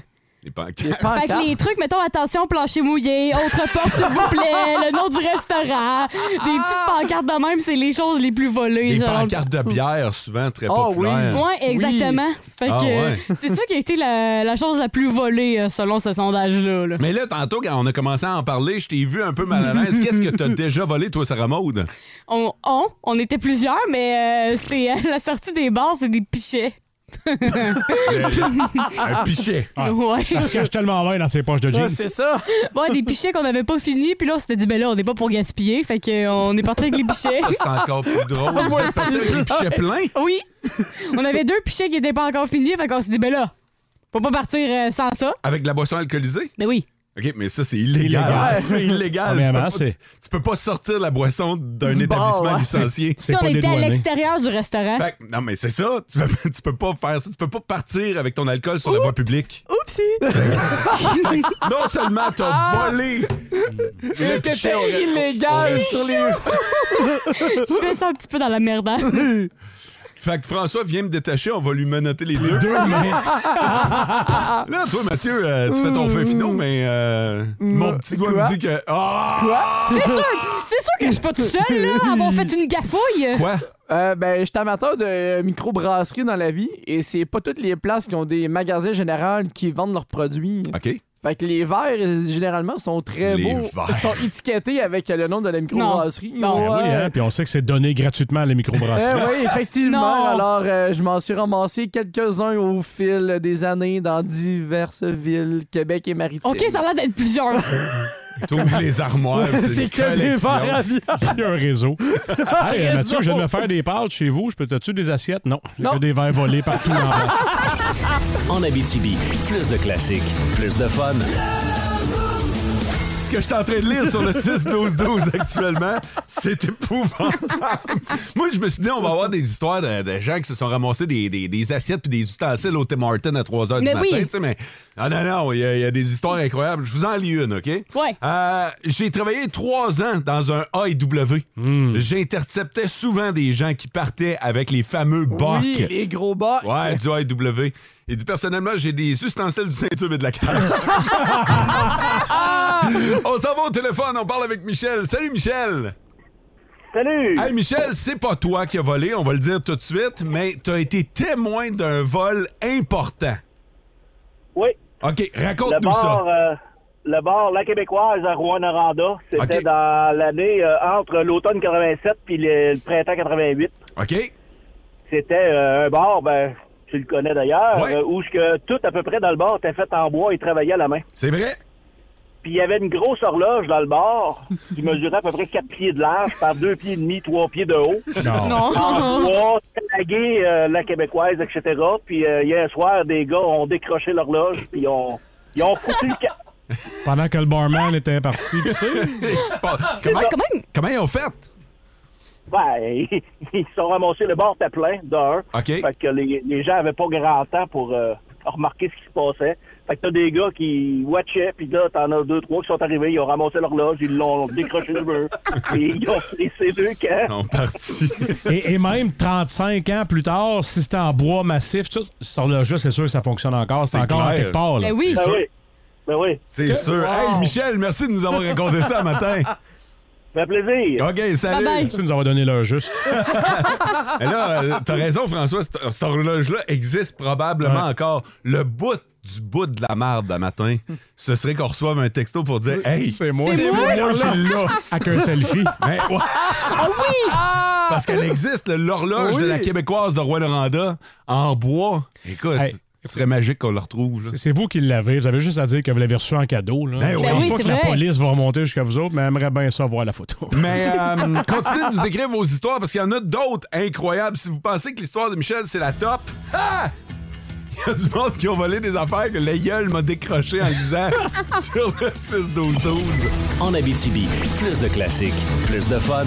Les pancartes. Fait que les trucs, mettons, attention, plancher mouillé, autre porte, s'il vous plaît, le nom du restaurant, des petites pancartes de même, c'est les choses les plus volées. Ah. Des genre. pancartes de bière, souvent très Ah populaires. Ouais, exactement. Fait que Ah, euh, ouais. c'est ça qui a été la, la chose la plus volée euh, selon ce sondage-là. là. Mais là, tantôt, quand on a commencé à en parler, je t'ai vu un peu mal à l'aise. Qu'est-ce que t'as déjà volé, toi, Sarah Maude? On, on, on était plusieurs, mais euh, c'est euh, la sortie des bars, c'est des pichets. Un pichet. Ouais. Ça Ah, se cache tellement bien dans ses poches de jeans. ça. Bon, des pichets qu'on n'avait pas fini, puis là, on s'était dit, ben là, on n'est pas pour gaspiller, fait qu'on est parti avec les pichets. Ça, c'est encore plus drôle. Vous êtes parti avec les pichets pleins? Oui. On avait deux pichets qui n'étaient pas encore finis, fait qu'on s'est dit, ben là, faut pas partir euh, sans ça. Avec de la boisson alcoolisée? Ben oui. OK, mais ça, c'est illégal. Illégal. C'est illégal. Tu peux, Premièrement, pas, c'est- tu peux pas sortir la boisson d'un Du bar, établissement ouais. licencié. hein. Si on était à l'extérieur du restaurant. Fait que- non, mais c'est ça. Tu peux, tu peux pas faire ça. Tu peux pas partir avec ton alcool sur la voie publique. Oupsie! Fait que non seulement t'as volé le T'étais pichet au- illégal au- sur les. Je me sens un petit peu dans la merde. hein. Fait que François vient me détacher, on va lui menotter les deux. Là, toi, Mathieu, euh, tu fais ton fin finot, mais euh, mon petit doigt me dit que. Ah! C'est sûr, c'est sûr que je suis pas tout seul, là, à avoir fait une gaffouille. Quoi? Euh, ben, je suis amateur de euh, microbrasserie dans la vie et c'est pas toutes les places qui ont des magasins généraux qui vendent leurs produits. OK. Fait que les verres, euh, généralement, sont très Les beaux. verres. Ils sont étiquetés avec euh, le nom de la microbrasserie. Ben Ouais. oui, hein, puis on sait que c'est donné gratuitement à la Eh microbrasserie. oui, effectivement. Non. Alors, euh, je m'en suis ramassé quelques-uns au fil des années dans diverses villes, Québec et Maritime. OK, ça a l'air d'être plusieurs. T'ouvres les armoires, Ouais, c'est c'est une que des collection. verres à bière. Il y a un réseau. hey, Réseau. Mathieu, je viens de me faire des pâtes chez vous. Je peux t'as-tu des assiettes? Non, j'ai Non. que des verres volés partout en face. En Abitibi, plus de classiques, plus de fun. Ce que je suis en train de lire sur le 6-12-12 actuellement, c'est épouvantable. Moi, je me suis dit, on va avoir des histoires de, de gens qui se sont ramassés des, des- des assiettes puis des ustensiles au Tim Hortons à 3 h du Mais matin. oui. tu sais, Mais non, non, non, il y, a- il y a des histoires incroyables. Je vous en lis une, OK? Ouais. Euh, J'ai travaillé trois ans dans un AEW. J'interceptais souvent des gens qui partaient avec les fameux bacs. Oui, les gros bacs. Ouais, du AEW. Il dit personnellement, j'ai des ustensiles du ceinture et de la cage. on s'en va au téléphone, on parle avec Michel. Salut Michel! Salut! Hey Michel, c'est pas toi qui as volé, on va le dire tout de suite, mais t'as été témoin d'un vol important. Oui. OK, le raconte-nous bar, ça. euh, le bar La Québécoise à Rouen-Noranda, c'était OK. dans l'année euh, entre l'automne 87 puis le, le printemps 88. OK? c'était euh, un bar, ben, tu le connais d'ailleurs, Ouais. euh, où ce que tout à peu près dans le bar était fait en bois et travaillé à la main. C'est vrai? Puis il y avait une grosse horloge dans le bar qui mesurait à peu près 4 pieds de large par 2 pieds et demi, 3 pieds de haut. Non. Non. En bois, tagué, euh, la québécoise, etc. Puis euh, hier soir, des gars ont décroché l'horloge puis ont, ils ont foutu le ca- Pendant que le barman était parti, pis ça. comment- Ouais, quand comment ils ont fait? Ouais, Ben, ils se sont ramassés le bord était plein, d'un. OK. Fait que les, les gens avaient pas grand temps pour euh, remarquer ce qui se passait. Fait que t'as des gars qui watchaient, puis là, t'en as deux, trois qui sont arrivés, ils ont ramassé l'horloge, ils l'ont décroché du mur, puis ils ont laissé deux camps. Et, et même 35 ans plus tard, si c'était en bois massif, ça, cette horloge-là, c'est sûr que ça fonctionne encore. C'est C'est encore à clair. quelque part. Là. Ben oui. Ben oui. Ben oui. C'est sûr. Hey, Michel, merci de nous avoir raconté ça matin. Ça fait plaisir. OK, salut. Bye-bye. Merci de nous avoir donné l'heure juste. Mais là, euh, t'as raison, François. Cette, cette horloge-là existe probablement encore. Le bout du bout de la marde à matin, ce serait qu'on reçoive un texto pour dire Hey, C'est moi. c'est C'est moi moi, qui l'ai. là. Avec un selfie. Ben, ouais. Ah oui! Parce qu'elle existe, le- l'horloge Ah! Oui. de la Québécoise de Rwanda en bois. Écoute, ce serait magique qu'on le retrouve. là. C'est- C'est vous qui l'avez. Vous avez juste à dire que vous l'avez reçu en cadeau. Là. Ben Je oui. Ben pense oui, pas c'est que la vrai. police va remonter jusqu'à vous autres, mais elle aimerait bien ça voir la photo. Mais euh, continuez de nous écrire vos histoires parce qu'il y en a d'autres incroyables. Si vous pensez que l'histoire de Michel, c'est la top, ah! il y a du monde qui ont volé des affaires que l'aïeul m'a décroché en lisant sur le 6-12-12. En Abitibi, plus de classiques, plus de fun.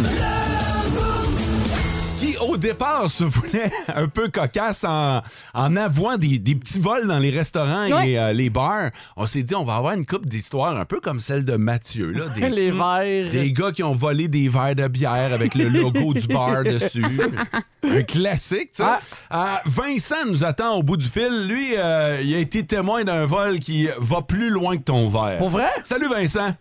Ce qui, au départ, se voulait un peu cocasse en, en avouant des, des petits vols dans les restaurants et euh, les bars, on s'est dit on va avoir une coupe d'histoires un peu comme celle de Mathieu. Là, des, Les verres. Des gars qui ont volé des verres de bière avec le logo du bar dessus. Un classique, tu sais. Ah. Euh, Vincent nous attend au bout du fil. Lui, euh, il a été témoin d'un vol qui va plus loin que ton verre. Pour vrai? Salut, Vincent.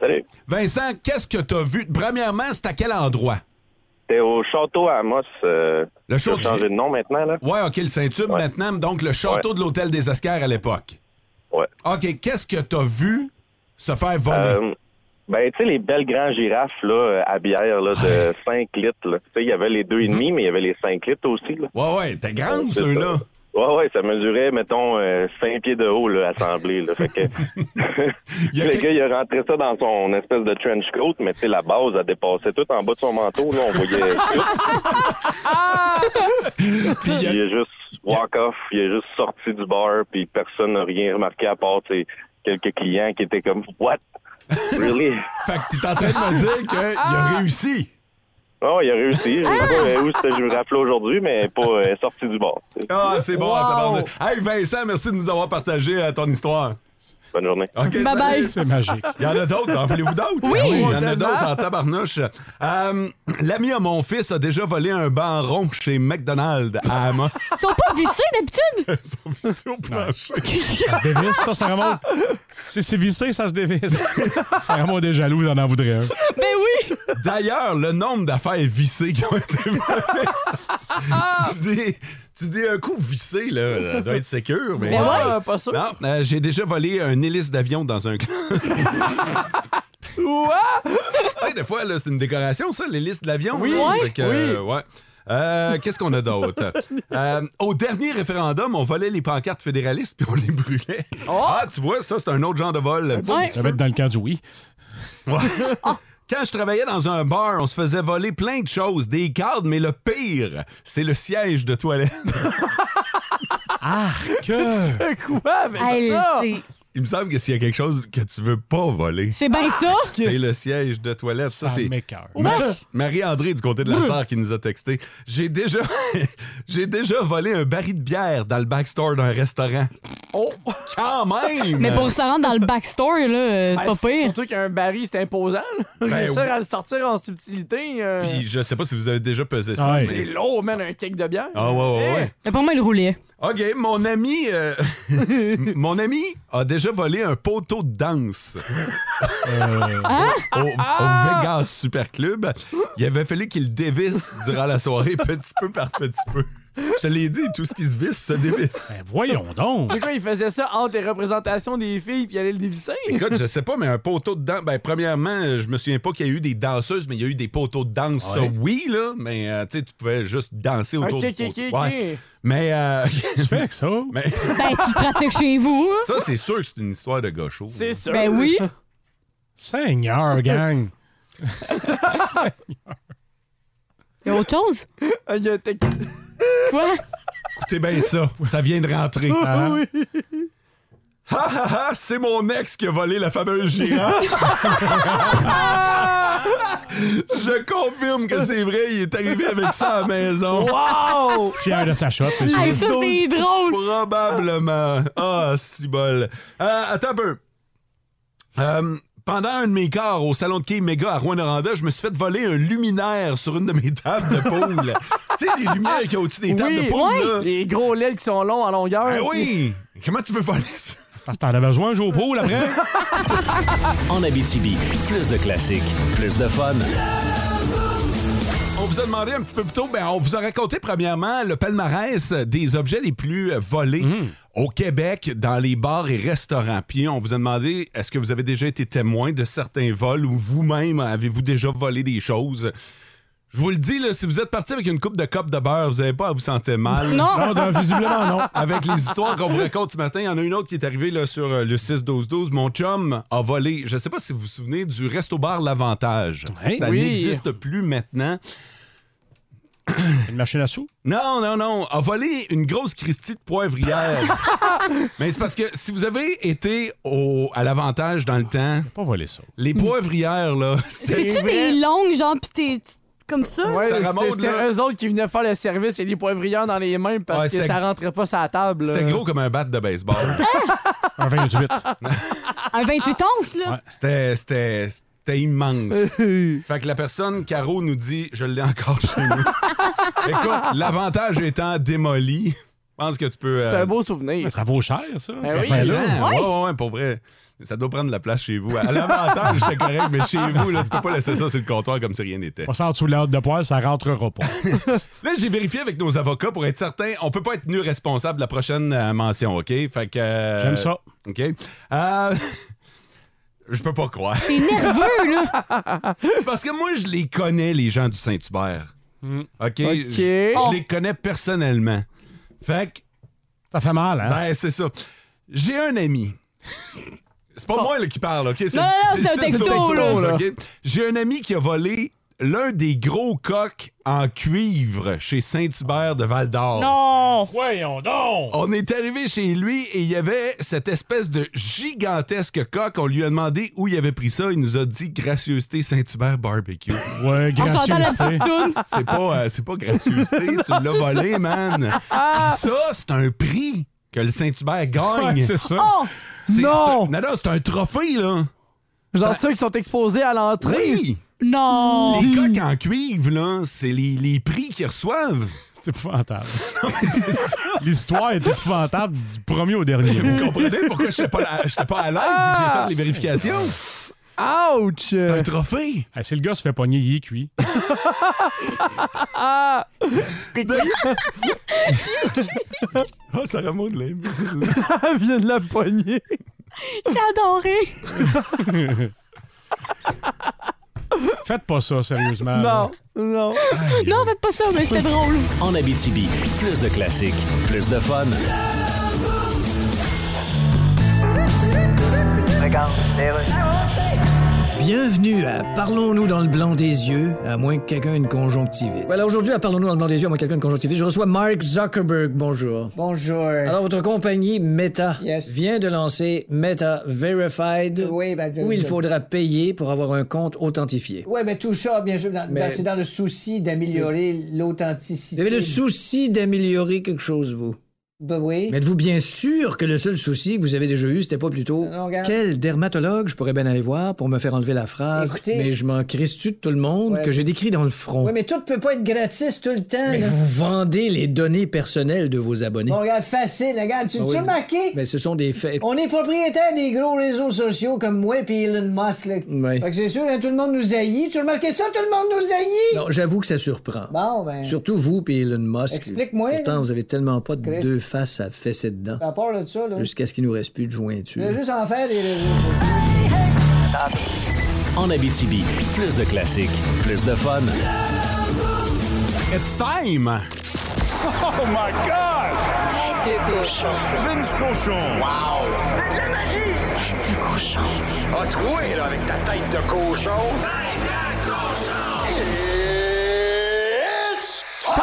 Salut. Vincent, qu'est-ce que t'as vu? Premièrement, c'est à quel endroit? T'es au château à Amos. euh, Le ça a château- changé de nom maintenant, là. Ouais, OK, le Saint-Tube Ouais. maintenant. Donc, le château de l'Hôtel des Escars à l'époque. Ouais. OK, qu'est-ce que t'as vu se faire voler? Euh, ben, tu sais, les belles grandes girafes, là, à bière, là, de 5 litres, là. Tu sais, il y avait les deux et demi, mais il y avait les 5 litres aussi, là. Ouais, ouais, t'es grande, C'est ceux-là. ça. Ouais, ouais, ça mesurait, mettons, 5 pieds de haut, là, assemblés, là. Fait que. le gars, il a rentré ça dans son espèce de trench coat, mais tu sais, la base, elle dépassait tout en bas de son manteau, là. On voyait Puis il, est juste walk-off, il est juste sorti du bar, puis personne n'a rien remarqué à part tu sais, quelques clients qui étaient comme What? Really? fait que t'es en train de me dire qu'il Ah! a réussi. Oh, il a réussi. Je sais pas euh, où c'était, je me rappelais aujourd'hui, mais pas euh, sorti du bar. tu sais. Ah, c'est bon, tabarnak. Hey, Vincent, merci de nous avoir partagé euh, ton histoire. Bonne journée. Bye bye. C'est magique. Il y en a d'autres, en voulez-vous d'autres? Oui. Il y en a Tellement. d'autres en tabarnouche. Euh, L'ami à mon fils a déjà volé un banc rond chez McDonald's à Amos. Ils sont pas vissés d'habitude. Ils sont vissés au plancher. Ça se dévisse, ça, ça remonte. Si c'est vissé, ça se dévisse. Ça remonte des jaloux, il en en voudrait un. Ben oui! D'ailleurs, le nombre d'affaires vissées qui ont été volées. tu, dis, tu dis un coup vissé, là, ça doit être sécure. Mais Ben ouais, pas sûr. Non, euh, j'ai déjà volé un hélice d'avion dans un club. Ouah! tu sais, des fois, là, c'est une décoration, ça, les listes de l'avion. Oui. là. Ouais. Fait que, euh, ouais. Euh, Qu'est-ce qu'on a d'autre? Euh, au dernier référendum, on volait les pancartes fédéralistes puis on les brûlait. Oh! Ah, tu vois, ça, c'est un autre genre de vol. Ouais. Ça va être dans le camp du oui. Ouais. Quand je travaillais dans un bar, on se faisait voler plein de choses, des cadres, mais le pire, c'est le siège de toilette. ah, Tu fais quoi avec Hey, ça? c'est- Il me semble que s'il y a quelque chose que tu veux pas voler, C'est bien ça? c'est le siège de toilette. Ça, Ça c'est m'écoeure. Ma- Wesh! Marie-André du côté de la Brr. sœur qui nous a texté. J'ai déjà, j'ai déjà volé un baril de bière dans le backstore d'un restaurant. Oh! Quand même! Mais pour se rendre dans le backstory, là, euh, c'est Ben, pas pire. Surtout qu'un baril, c'est imposant. là. Ben Réussir oui. à le sortir en subtilité. euh, Puis je sais pas si vous avez déjà pesé ça. mais- C'est lourd, man, un cake de bière. Ah ouais, ouais, ouais. Mais pour moi, il roulait. OK, mon ami, euh, mon ami a déjà volé un poteau de danse Hein? au, au Vegas Super Club. Il avait fallu qu'il dévisse durant la soirée, petit peu par petit peu. Je te l'ai dit, tout ce qui se visse se dévisse. Ben, voyons donc. C'est quoi, il faisait ça entre les représentations des filles puis il allait le dévisser? Écoute, je sais pas, mais un poteau de danse. Ben, premièrement, euh, je me souviens pas qu'il y a eu des danseuses, mais il y a eu des poteaux de danse, ça, Ouais. oui, là. Mais euh, tu sais, tu pouvais juste danser autour Ok, du ok, poteau. ok, ok. Ouais. Mais. euh, Qu'est-ce que tu fais avec ça? Ben, tu le pratiques chez vous. hein? Ça, c'est sûr que c'est une histoire de gaucho. C'est sûr. Ben oui. Seigneur, gang. Il y a autre chose? Ah, Il y a Quoi? Écoutez bien ça, ça vient de rentrer. Ah Ha ha ha, c'est mon ex qui a volé la fameuse girafe. Je confirme que c'est vrai, il est arrivé avec ça à la maison. Wow! Fier de sa shot, c'est sûr. Hey, c'est drôle! Probablement. Ah, si bol. Euh, attends un peu. Euh, pendant un de mes quarts au salon de quai Méga à Rouen-Noranda, je me suis fait voler un luminaire sur une de mes tables de poule. tu sais, les lumières qu'il y a au-dessus des tables de Oui, poule, là. Les gros lèvres qui sont longs en longueur. Ben oui! Comment tu veux voler ça? Parce que t'en as besoin un jour pour après. En Abitibi, plus de classiques, plus de fun. On vous a demandé un petit peu plus tôt, ben, on vous a raconté premièrement le palmarès des objets les plus euh, volés Mm. au Québec dans les bars et restaurants. Puis on vous a demandé, est-ce que vous avez déjà été témoin de certains vols ou vous-même euh, avez-vous déjà volé des choses? Je vous le dis, là, si vous êtes parti avec une coupe de copes de beurre, vous n'avez pas à vous sentir mal. Non. Non, non, visiblement non. Avec les histoires qu'on vous raconte ce matin, il y en a une autre qui est arrivée là, sur euh, le 6-12-12. Mon chum a volé, je ne sais pas si vous vous souvenez, du resto-bar L'Avantage. Hein? Ça Oui. n'existe plus maintenant. Une machine à sous? Non, non, non. A volé une grosse Christie de poivrière. Mais c'est parce que si vous avez été au, à l'avantage dans le temps. pas volé ça. Les poivrières, là. C'est-tu des longues, genre, pis t'es tu- comme ça? Ouais, Sarah c'était- Maud, là. c'était eux autres qui venaient faire le service et les poivrières dans les mains parce Ouais, que c'était- ça rentrait pas sur la table. C'était gros comme un bat de baseball. un 28. Un 28 onces, là? C'était. C'était. C'était immense. fait que la personne, Caro, nous dit Je l'ai encore chez nous. Écoute, l'avantage étant démoli, je pense que tu peux. C'est euh, un beau souvenir. Ça vaut cher, ça. Ben Ça oui. fait là. Ah, ouais. ouais, ouais, pour vrai. Ça doit prendre de la place chez vous. À l'avantage, j'étais correct, mais chez vous, là, tu peux pas laisser ça sur le comptoir comme si rien n'était. On sort sous la hâte de poil, ça rentrera pas. Là, j'ai vérifié avec nos avocats pour être certain. On peut pas être tenu responsable de la prochaine euh, mention, OK? Fait que. euh, J'aime ça. OK. Euh, Je peux pas croire. T'es nerveux, là! C'est parce que moi, je les connais, les gens du Saint-Hubert. Hmm. OK? Je, Oh. je les connais personnellement. Fait que. Ça fait mal, hein? Ben, c'est ça. J'ai un ami. C'est pas moi là, qui parle, OK? Oh. Non, non, c'est un le texto, site de textos, là. OK? J'ai un ami qui a volé l'un des gros coqs en cuivre chez Saint-Hubert de Val-d'Or. Non! Voyons donc! On est arrivé chez lui et il y avait cette espèce de gigantesque coq. On lui a demandé où il avait pris ça. Il nous a dit gracieuseté Saint-Hubert Barbecue. Ouais, On s'entend la gracieuseté. petite toune. C'est pas, euh, c'est pas gracieuseté, tu l'as c'est Ah. volé, man. Puis ça, c'est un prix que le Saint-Hubert gagne. Ouais, c'est ça. Oh! C'est- Non! c'est un- non, non, c'est un trophée, là. Genre ceux qui sont exposés à l'entrée. Oui. Oh. Non! Les coques en cuivre, là, c'est les, les prix qu'ils reçoivent. C'est épouvantable. c'est ça. L'histoire est épouvantable du premier au dernier. Vous comprenez pourquoi je n'étais pas, la- j'étais pas à l'aise vu que j'ai fait les vérifications? Ouch! C'est un trophée. Ah, si le gars se fait pogner, il est cuit. Ah, ça remonte là. vient de la poignée. J'ai adoré! Faites pas ça, Ah, sérieusement. là. Non, non. Non, faites pas ça, mais c'était drôle. En Abitibi, plus de classiques, plus de fun. Bienvenue à Parlons-nous dans le blanc des yeux, à moins que quelqu'un ait une conjonctivite. Voilà, aujourd'hui, à parlons-nous dans le blanc des yeux, à moins que quelqu'un de conjonctivite. Je reçois Mark Zuckerberg. Bonjour. Bonjour. Alors, votre compagnie Meta Yes. vient de lancer Meta Verified, oui, ben, je- où il je- faudra payer pour avoir un compte authentifié. Oui, mais tout ça, bien sûr, dans- Mais- dans- c'est dans le souci d'améliorer Vous avez l'authenticité. le souci d'améliorer quelque chose, vous. Ben oui. Mais êtes-vous bien sûr que le seul souci que vous avez déjà eu, c'était pas plutôt regarde. quel dermatologue je pourrais bien aller voir pour me faire enlever la phrase Écoutez. mais je m'en crisse-tu de tout le monde Ouais. que j'ai décrit dans le front. Oui, mais tout peut pas être gratis tout le temps. Mais là. vous vendez les données personnelles de vos abonnés. Bon, regarde, facile, regarde. Tu Ah tu oui. as remarqué? Mais ce sont des faits. On est propriétaire des gros réseaux sociaux comme moi et Elon Musk. Là. Oui. Fait que c'est sûr, hein, tout le monde nous haït. Tu as remarqué ça? Tout le monde nous haït! Non, j'avoue que ça surprend. Bon, ben. Surtout vous puis Elon Musk. Explique-moi, là. Pourtant, vous avez tellement pas de Chris. deux faces à fesser dedans. À part de ça, là. Jusqu'à ce qu'il nous reste plus de Je jointure. voulais juste en faire des réseaux. En Abitibi, plus de classiques, plus de fun. It's time! Oh my God! Tête de cochon. Vince cochon. Wow! C'est de la magie! Tête de cochon. A troué, là, avec ta tête de cochon. Tête de cochon!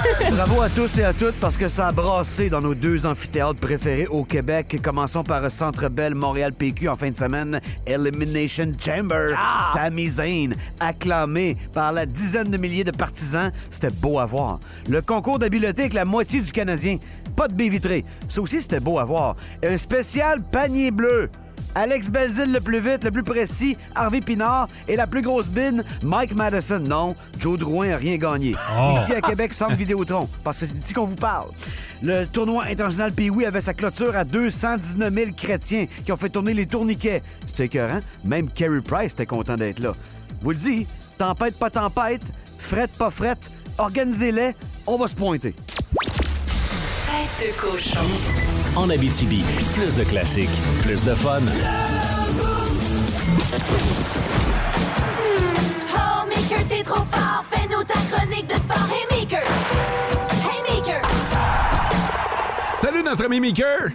Bravo à tous et à toutes parce que ça a brassé dans nos deux amphithéâtres préférés au Québec. Commençons par Centre Bell Montréal PQ en fin de semaine. Elimination Chamber. Sami Zayn, acclamé par la dizaine de milliers de partisans. C'était beau à voir. Le concours d'habileté avec la moitié du Canadien. Pas de baie vitrée. Ça aussi, c'était beau à voir. Un spécial panier bleu. Alex Belzil le plus vite, le plus précis, Harvey Pinard et la plus grosse bine, Mike Madison. Non, Joe Drouin n'a rien gagné. Oh. Ici à Québec, centre Vidéotron, parce que c'est d'ici qu'on vous parle. Le tournoi international Pee-Wee avait sa clôture à 219 000 chrétiens qui ont fait tourner les tourniquets. C'était écœurant. Même Kerry Price était content d'être là. Vous le dis, tempête pas tempête, frette pas frette, organisez-les, on va se pointer. Tête de cochon. En Abitibi, plus de classiques, plus de fun. Oh, Maker, t'es trop fort. Fais-nous ta chronique de sport. Hey, Maker. Hey, Maker. Salut notre ami Maker!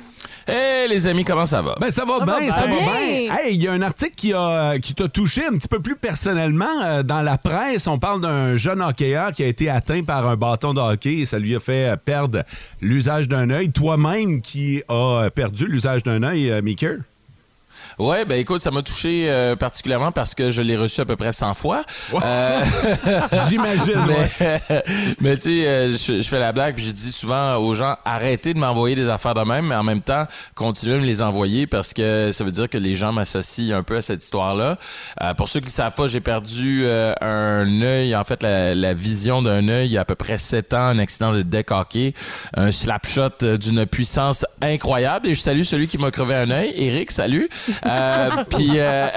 Hey Eh, les amis, comment ça va? Ben ça va bien, ça va bien. Hey, il y a un article qui a qui t'a touché un petit peu plus personnellement euh, dans la presse. On parle d'un jeune hockeyeur qui a été atteint par un bâton de hockey et ça lui a fait euh, perdre l'usage d'un œil. Toi-même qui as perdu l'usage d'un œil, euh, Maker. Ouais, ben écoute, ça m'a touché euh, particulièrement parce que je l'ai reçu à peu près 100 fois. Euh, J'imagine, Mais, mais tu sais, euh, je, je fais la blague puis je dis souvent aux gens arrêtez de m'envoyer des affaires de même, mais en même temps continuez de me les envoyer parce que ça veut dire que les gens m'associent un peu à cette histoire-là. Euh, pour ceux qui ne savent pas, j'ai perdu euh, un œil, en fait la, la vision d'un œil il y a à peu près 7 ans, un accident de deck hockey, un slap shot euh, d'une puissance incroyable et je salue celui qui m'a crevé un œil, Eric, salut. Euh, puis euh,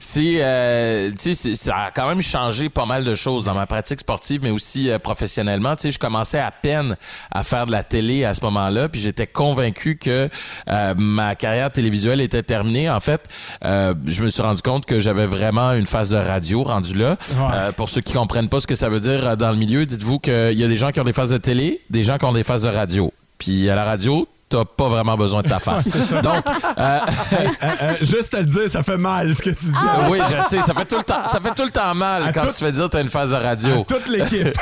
c'est, euh, tu sais, c'est- ça a quand même changé pas mal de choses dans ma pratique sportive, mais aussi euh, professionnellement. Tu sais, je commençais à peine à faire de la télé à ce moment-là, puis j'étais convaincu que euh, ma carrière télévisuelle était terminée. En fait, euh, je me suis rendu compte que j'avais vraiment une phase de radio rendue là. Euh, pour ceux qui comprennent pas ce que ça veut dire euh, dans le milieu, dites-vous qu'il y a des gens qui ont des phases de télé, des gens qui ont des phases de radio. Puis à la radio, t'as pas vraiment besoin de ta face. Donc, euh, juste à le dire, ça fait mal ce que tu dis. euh, oui, je sais, ça fait tout le temps, ça fait tout le temps mal À quand tout- tu te fais dire que t'as une phase de radio. À toute l'équipe.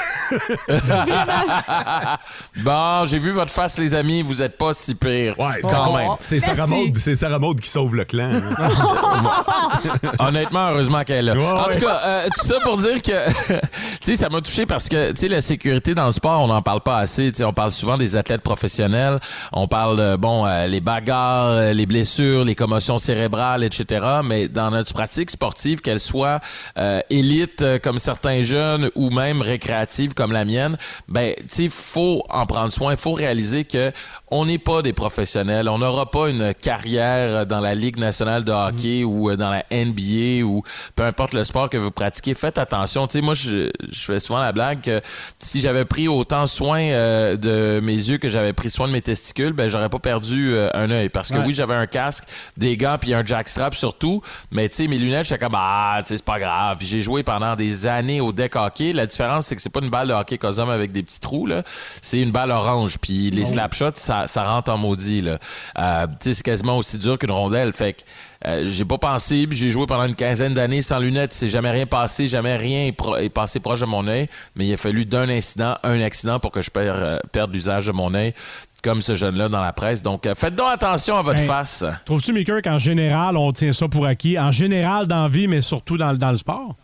bon, j'ai vu votre face, les amis, vous êtes pas si pire. quand même. C'est Sarah Maud, c'est Sarah Maud qui sauve le clan. hein. Honnêtement, heureusement qu'elle est là. Ouais, en ouais. tout cas, euh, tout ça pour dire que, tu sais, ça m'a touché parce que, tu sais, la sécurité dans le sport, on n'en parle pas assez. Tu sais, on parle souvent des athlètes professionnels. On parle, euh, bon, euh, les bagarres, euh, les blessures, les commotions cérébrales, etc. Mais dans notre pratique sportive, qu'elle soit euh, élite euh, comme certains jeunes ou même récréative comme la mienne, ben, tu sais, faut en prendre soin. Faut réaliser que on n'est pas des professionnels. On n'aura pas une carrière euh, dans la Ligue nationale de hockey ou euh, dans la NBA ou peu importe le sport que vous pratiquez, faites attention. Tu sais, moi, je, je fais souvent la blague que si j'avais pris autant soin euh, de mes yeux que j'avais pris soin de mes testicules, ben j'aurais pas perdu euh, un œil. Parce que Ouais. oui, j'avais un casque, des gants puis un jackstrap surtout, mais tu sais, mes lunettes, j'étais comme ah, tu sais, c'est pas grave. Puis J'ai joué pendant des années au deck hockey. La différence, c'est que c'est pas une balle de hockey Cosum avec des petits trous là, c'est une balle orange. Puis les Oh. slapshots, ça, ça rentre en maudit là. Euh, tu sais, c'est quasiment aussi dur qu'une rondelle. Fait que euh, j'ai pas pensé, puis j'ai joué pendant une quinzaine d'années sans lunettes. C'est jamais rien passé, jamais rien est, pro- est passé proche de mon œil. Mais il a fallu d'un incident, un accident pour que je per- euh, perde l'usage de mon œil, comme ce jeune-là dans la presse. Donc, euh, faites donc attention à votre Ben, face. Trouves-tu, Maker, qu'en général, on tient ça pour acquis? En général, dans la vie, mais surtout dans, le- dans le sport?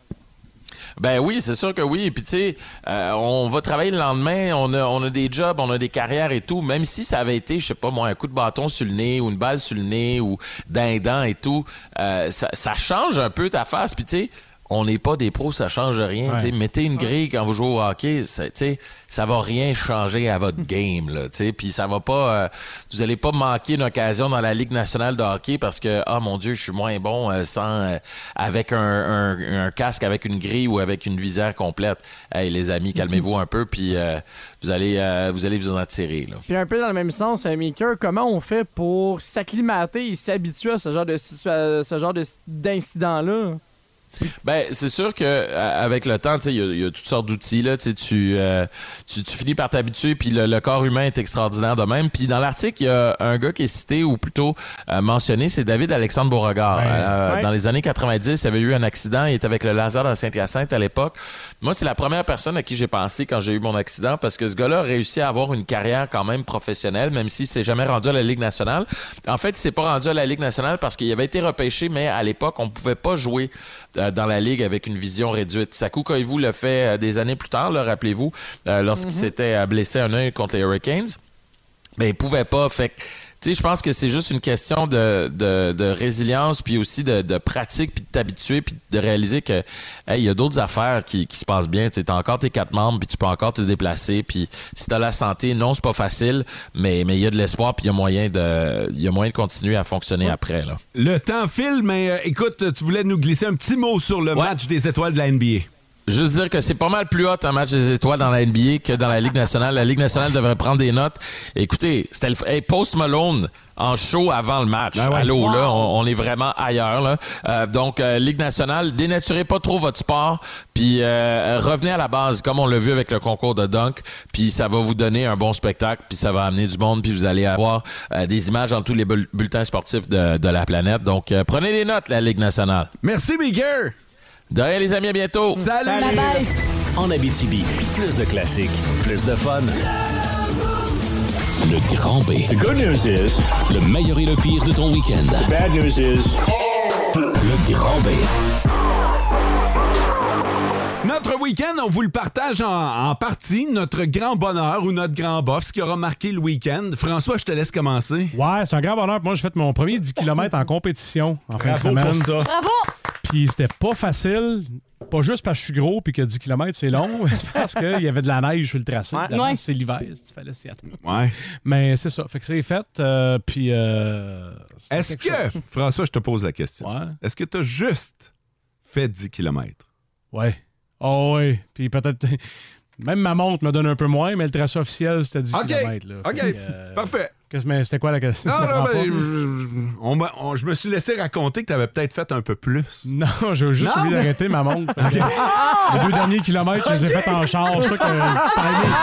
Ben oui, c'est sûr que oui. Puis tu sais, euh, on va travailler le lendemain, on a, on a des jobs, on a des carrières et tout. Même si ça avait été, je sais pas moi, un coup de bâton sur le nez ou une balle sur le nez ou d'un dent et tout, euh, ça, ça change un peu ta face. Puis tu sais, on n'est pas des pros, ça change rien. Ouais. tu sais. Mettez une grille quand vous jouez au hockey, ça, tu sais, ça va rien changer à votre game. Là, tu sais. puis ça va pas. euh, vous allez pas manquer une occasion dans la Ligue nationale de hockey parce que ah mon Dieu, je suis moins bon euh, sans euh, avec un, un- un casque, avec une grille ou avec une visière complète. Hey les amis, calmez-vous un peu, puis euh, vous allez euh, vous allez vous en tirer. Là. Puis un peu dans le même sens, un maker, comment on fait pour s'acclimater et s'habituer à ce genre de situa- ce genre de- d'incident-là? Ben, c'est sûr que euh, avec le temps, tu sais, il y a- il y, a toutes sortes d'outils là. Tu, sais, tu, euh, tu tu finis par t'habituer, puis le, le corps humain est extraordinaire de même. Puis dans l'article, il y a un gars qui est cité ou plutôt euh, mentionné, c'est David Alexandre Beauregard. Euh, ouais. Dans les années 90, il avait eu un accident. Il était avec le laser à Saint-Hyacinthe à l'époque. Moi, c'est la première personne à qui j'ai pensé quand j'ai eu mon accident parce que ce gars-là a réussi à avoir une carrière quand même professionnelle, même s'il s'est jamais rendu à la Ligue nationale. En fait, il s'est pas rendu à la Ligue nationale parce qu'il avait été repêché, mais à l'époque, on pouvait pas jouer euh, dans la Ligue avec une vision réduite. Sakou Koivu le fait euh, des années plus tard, là, rappelez-vous, euh, lorsqu'il s'était euh, blessé un œil contre les Hurricanes. Ben, il pouvait pas. Fait que, tu sais, je pense que c'est juste une question de, de, de résilience, puis aussi de, de pratique, puis de t'habituer, puis de réaliser que, hey, il y a d'autres affaires qui, qui se passent bien. Tu sais, t'as encore tes quatre membres, puis tu peux encore te déplacer, puis si t'as la santé, non, c'est pas facile, mais mais il y a de l'espoir, puis il y a moyen de, il y a moyen de continuer à fonctionner après, là. Le temps file, mais euh, écoute, tu voulais nous glisser un petit mot sur le match des étoiles de la NBA. Juste dire que c'est pas mal plus hot un match des étoiles dans la NBA que dans la Ligue nationale. La Ligue nationale devrait prendre des notes. Écoutez, c'était le... hey, Post Malone en show avant le match. Ben ouais. Allô, Wow. là, on, on est vraiment ailleurs. Là. Euh, donc, euh, Ligue nationale, dénaturez pas trop votre sport, puis euh, revenez à la base, comme on l'a vu avec le concours de dunk, puis ça va vous donner un bon spectacle, puis ça va amener du monde, puis vous allez avoir euh, des images dans tous les bull- bulletins sportifs de, de la planète. Donc, euh, prenez des notes, la Ligue nationale. Merci, Bigger! De rien, les amis, à bientôt! Salut! En Abitibi, plus de classiques, plus de fun. Le grand B. The good news is... Le meilleur et le pire de ton week-end. The bad news is... Le grand B. Notre week-end, on vous le partage en, en partie, notre grand bonheur ou notre grand bof, ce qui aura marqué le week-end. François, je te laisse commencer. Ouais, c'est un grand bonheur. Moi, j'ai fait mon premier 10 km en compétition en fin de Bravo semaine. pour ça. Bravo! Puis c'était pas facile. Pas juste parce que je suis gros puis que 10 km c'est long, mais c'est parce qu'il y avait de la neige sur le tracé. Évidemment, Ouais. C'est l'hiver, il fallait s'y attendre. Ouais. Mais c'est ça. Fait que c'est fait. euh, puis. euh, c'était Est-ce quelque que, chose. François, je te pose la question. Est-ce que tu as juste fait 10 km? Ouais. Oh, ouais. Puis peut-être. Même ma montre me donne un peu moins, mais le tracé officiel c'était 10 OK. km. Là. OK. Fait que, euh, Parfait. qu'est-ce- mais c'était quoi la question? Non, ben, Je non, comprends mais pas. je, je- on m'a- on- je me suis laissé raconter que tu avais peut-être fait un peu plus. Non, j'ai juste Non, oublié mais- Ah! d'arrêter ma montre. Fait que Les deux derniers kilomètres, je les ai Ok. faits en charge. C'est que timing.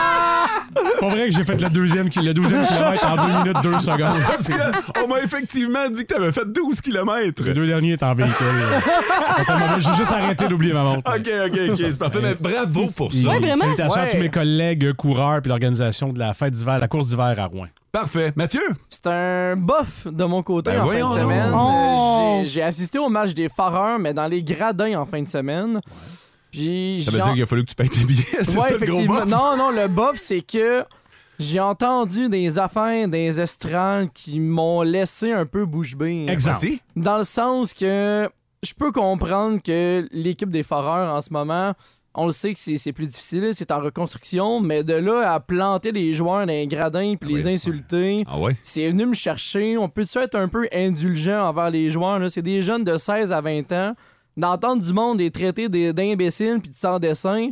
C'est pas vrai que j'ai fait le deuxième, ki- le douzième kilomètre en 2 minutes 2 secondes. Parce que on m'a effectivement dit que tu avais fait 12 km. Les deux derniers étaient en véhicule. Fait que moi, J'ai juste arrêté d'oublier ma montre. OK, OK, OK, c'est parfait. Mais bravo pour ça. Salutations à Ouais. tous mes collègues coureurs puis l'organisation de la fête d'hiver, la course d'hiver à Rouen. Parfait. Mathieu? C'est un bof de mon côté Ben en fin voyons de semaine. donc. Euh, Oh! j'ai- J'ai assisté au match des Phareurs, mais dans les gradins en fin de semaine. Puis Ça veut j'ai- dire qu'il a fallu que tu payes tes billets. C'est Ouais, ça le gros effectivement. bof? Non, non, le bof, c'est que j'ai entendu des affaires des estrades qui m'ont laissé un peu bouche bée. Exemple. Vas-y. Dans le sens que je peux comprendre que l'équipe des Foreurs en ce moment, on le sait que c'est c'est plus difficile, c'est en reconstruction, mais de là à planter les joueurs dans les gradins puis les insulter, Ah ouais? c'est venu me chercher. On peut-tu être un peu indulgent envers les joueurs? là? C'est des jeunes de 16 à 20 ans. D'entendre du monde les traiter des- d'imbéciles puis de sans dessin,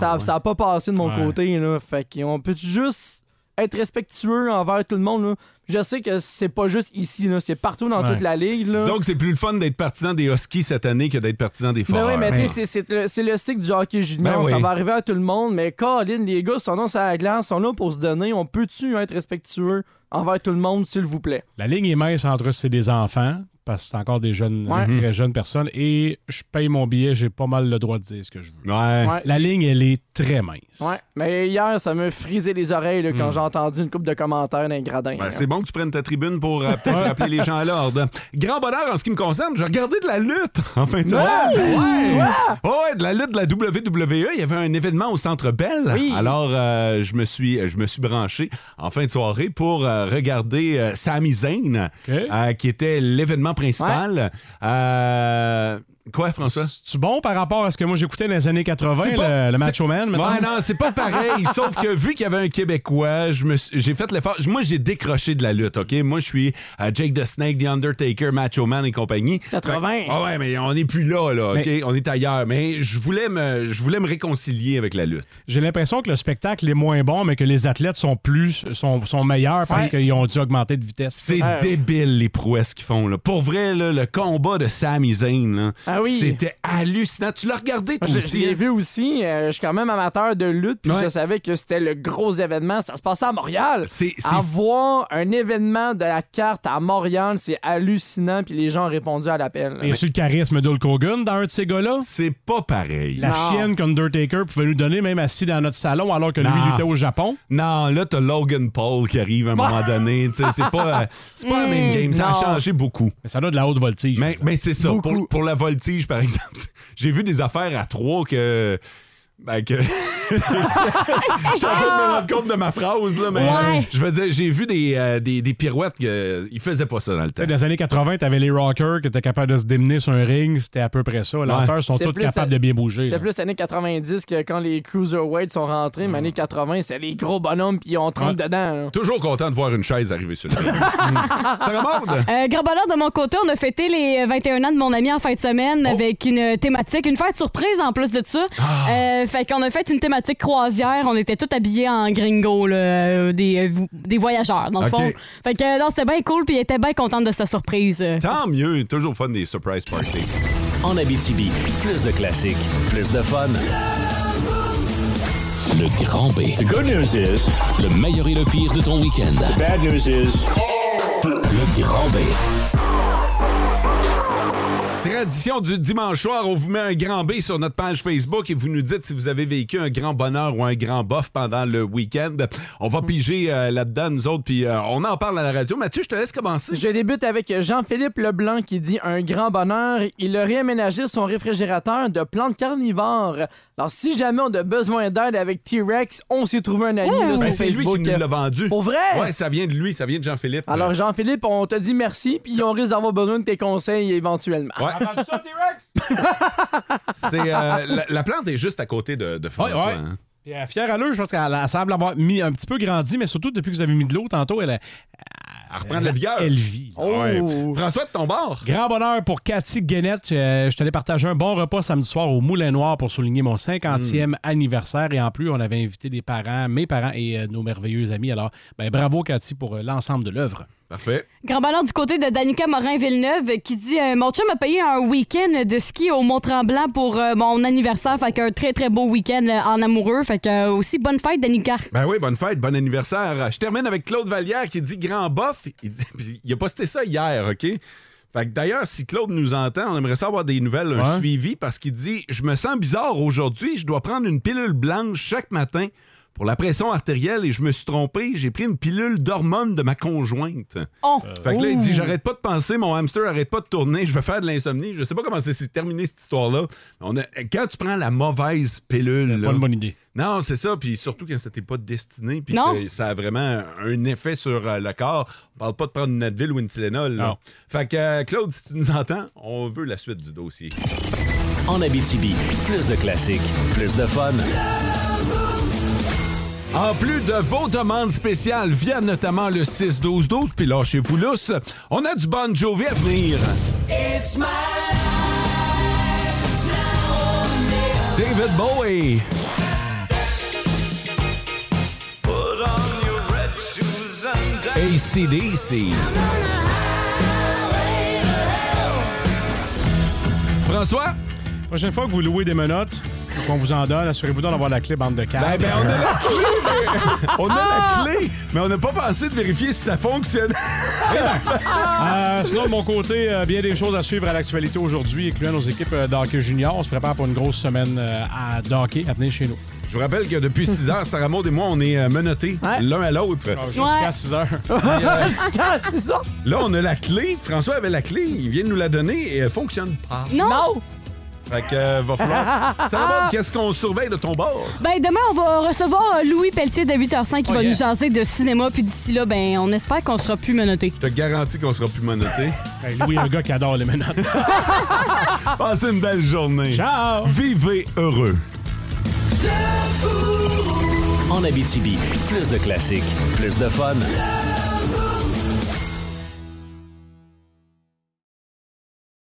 Ah ça n'a pas passé de mon Ouais. côté. Là. Fait qu'on peut juste être respectueux envers tout le monde. là? Je sais que c'est pas juste ici, là. c'est partout dans Ouais. toute la ligue. Là. Disons que c'est plus le fun d'être partisan des Huskies cette année que d'être partisan des Ben Foreurs. oui, mais tu sais, c'est- c'est le- c'est le cycle du hockey junior. Ben oui. Ça va arriver à tout le monde. Mais Colin, les gars, sont là sur la glace, sont là pour se donner. On peut-tu être respectueux envers tout le monde, s'il vous plaît? La ligne est mince entre c'est des enfants parce que c'est encore des jeunes, Ouais. des Mhm. très jeunes personnes. Et je paye mon billet, j'ai pas mal le droit de dire ce que je veux. Ouais. La ligne, elle est très mince. Ouais, mais hier, ça me frisait les oreilles là, quand Mm. j'ai entendu une coupe de commentaires d'un gradin. Hmm. Ben, c'est bon que tu prennes ta tribune pour euh, peut-être Ouais. rappeler les gens à l'ordre. Grand bonheur en ce qui me concerne, j'ai regardé de la lutte en fin de Ouais! semaine. Ouais! Oh, Ouais! Ouais, de la lutte de la WWE. Il y avait un événement au Centre Bell. Alors, euh, je, me suis, je me suis branché en fin de soirée pour euh, regarder euh, Sami Zayn, euh, qui était l'événement principal. Euh, quoi, François? C'est bon par rapport à ce que moi j'écoutais dans les années 80, C'est pas- le, le c'est- Macho Man? mettons? Ouais, non, c'est pas pareil. sauf que vu qu'il y avait un Québécois, je me suis- j'ai fait l'effort. Moi, j'ai décroché de la lutte, OK? Moi, je suis euh, Jake the Snake, The Undertaker, Macho Man et compagnie. 80. Ah ouais, mais on n'est plus là, là, OK? Mais- On est ailleurs. Mais je voulais, me, je voulais me réconcilier avec la lutte. J'ai l'impression que le spectacle est moins bon, mais que les athlètes sont plus sont, sont meilleurs Ah, parce C'est- qu'ils ont dû augmenter de vitesse. C'est Ouais. débile les prouesses qu'ils font. Là. Pour vrai, là, le combat de Sami Zayn, là, Ah oui. c'était hallucinant. Tu l'as regardé, toi Je, je aussi? l'ai hein? vu aussi. euh, je suis quand même amateur de lutte, puis Ouais. je savais que c'était le gros événement. Ça se passait à Montréal. C'est- c'est- Avoir un événement de la carte à Montréal, c'est hallucinant, puis les gens ont répondu à l'appel. Et sur le charisme d'Hulk Hogan dans un de ces gars-là? C'est pas pareil. La Non. chienne qu'Undertaker pouvait nous donner, même assis dans notre salon, alors que lui Non. luttait au Japon. Bah! Non, là, t'as Logan Paul qui arrive à un moment donné. Tu sais, C'est pas, euh, c'est pas la même Mm, game. Ça a non. changé beaucoup. Mais ça a de la haute voltige. Mais, mais c'est ça. Pour, pour la voltige, par exemple, j'ai vu des affaires à trois que. Ben que. Je suis en train de me rendre compte de ma phrase, là, mais hein. Ouais. je veux dire, j'ai vu des, euh, des, des pirouettes que- ils faisaient pas ça dans le Tu temps. sais, Dans les années 80, t'avais les rockers qui étaient capables de se démener sur un ring, c'était à peu près ça. Les Ouais. lutteurs sont C'est tous plus- capables de bien bouger. là. C'est plus années 90 que quand les cruiserweights sont rentrés, Ah. mais années 80, c'est les gros bonhommes, puis on trempe dedans. là. Toujours content de voir une chaise arriver sur le ring. Ça remonte? Euh, grand bonheur de mon côté, on a fêté les 21 ans de mon ami en fin de semaine Oh. avec une thématique, une fête surprise en plus de ça. Ah. Euh, fait qu'on a fait une thématique croisière, on était tous habillés en gringo, là, euh, des, euh, des voyageurs dans le Ok. fond. Fait que euh, non, c'était bien cool, puis elle était bien contente de sa surprise. euh, Tant mieux, toujours fun des surprise parties. En Abitibi, plus de classiques, plus de fun. Le grand B. The good news is. Le meilleur et le pire de ton week-end. The bad news is. Le grand B. Tradition du dimanche soir, on vous met un grand B sur notre page Facebook et vous nous dites si vous avez vécu un grand bonheur ou un grand bof pendant le week-end. On va piger euh, là-dedans, nous autres, puis euh, on en parle à la radio. Mathieu, je te laisse commencer. Je débute avec Jean-Philippe Leblanc qui dit un grand bonheur. Il a réaménagé son réfrigérateur de plantes carnivores. Alors, si jamais on a besoin d'aide avec T-Rex, on s'est trouvé un ami là, sur Ben, c'est lui qui Facebook. euh, nous l'a vendu. Pour vrai? Ouais, ça vient de lui, ça vient de Jean-Philippe. Alors, Jean-Philippe, on te dit merci, puis on risque d'avoir besoin de tes conseils éventuellement. Ouais. C'est, euh, la, la plante est juste à côté de, de Ouais, François. ouais. hein. Puis, euh, fière à l'eux, je pense qu'elle elle semble avoir mis un petit peu grandi, mais surtout depuis que vous avez mis de l'eau tantôt, elle, a- À reprendre la vigueur. Elle vit. Oh. Ah Ouais. François, de ton bord. Grand bonheur pour Cathy Guénette. Euh, je t'allais partager un bon repas samedi soir au Moulin Noir pour souligner mon 50e Hmm. anniversaire. Et en plus, on avait invité des parents, mes parents et euh, nos merveilleux amis. Alors, ben, bravo Cathy pour euh, l'ensemble de l'œuvre. Parfait. Grand ballon du côté de Danica Morin-Villeneuve qui dit euh, Mon chum a payé un week-end de ski au Mont-Tremblant pour euh, mon anniversaire. Fait qu'un très, très beau week-end euh, en amoureux. Fait que euh, aussi, bonne fête, Danica. Ben oui, bonne fête, bon anniversaire. Je termine avec Claude Vallière qui dit grand bof. Il, dit- puis il a posté ça hier, OK? Fait que d'ailleurs, si Claude nous entend, on aimerait ça avoir des nouvelles, un Ouais. suivi, parce qu'il dit Je me sens bizarre aujourd'hui, je dois prendre une pilule blanche chaque matin pour la pression artérielle et je me suis trompé, j'ai pris une pilule d'hormones de ma conjointe. Oh. Euh, Fait que là, il dit Ouh. J'arrête pas de penser, mon hamster arrête pas de tourner, je vais faire de l'insomnie. Je sais pas comment c'est c'est terminé cette histoire-là. On a- Quand tu prends la mauvaise pilule. pas là, une bonne idée. non, c'est ça, puis surtout quand c'était pas destiné, puis Non. que ça a vraiment un effet sur euh, le corps. On parle pas de prendre une Advil ou une Tylenol. là. Non. Fait que euh, Claude, si tu nous entends, on veut la suite du dossier. En Abitibi, plus de classiques, plus de fun. En plus de vos demandes spéciales via notamment le 6-12-12, puis lâchez-vous lousse, on a du Bon Jovi à venir. It's my David Bowie. ACDC. François? Prochaine fois que vous louez des menottes, Qu'on vous en donne. Assurez-vous d'en avoir la clé, bande de câbles. Ben, ben, on a la clé! on a la clé, mais on n'a pas pensé de vérifier si ça fonctionne. Euh, sinon, de mon côté, euh, bien des choses à suivre à l'actualité aujourd'hui, incluant nos équipes euh, d'hockey junior. On se prépare pour une grosse semaine euh, à d'hockey à venir chez nous. Je vous rappelle que depuis 6 heures, Sarah Maud et moi, on est euh, menottés l'un à l'autre. Ah, Jusqu'à 6 heures. Puis, euh, c'est ça. là, on a la clé. François avait la clé. Il vient de nous la donner et elle fonctionne pas. Non! Fait que euh, va falloir. Sarah Maud, qu'est-ce qu'on surveille de ton bord? Ben, demain, on va recevoir euh, Louis Pelletier de 8h05 qui Oh, va yeah. nous jaser de cinéma. Puis d'ici là, ben, on espère qu'on sera plus menottés. Je te garantis qu'on sera plus menottés. Ben, Louis, un gars qui adore les menottes. Passez une belle journée. Ciao! Vivez heureux. En Abitibi, plus de classiques, plus de fun.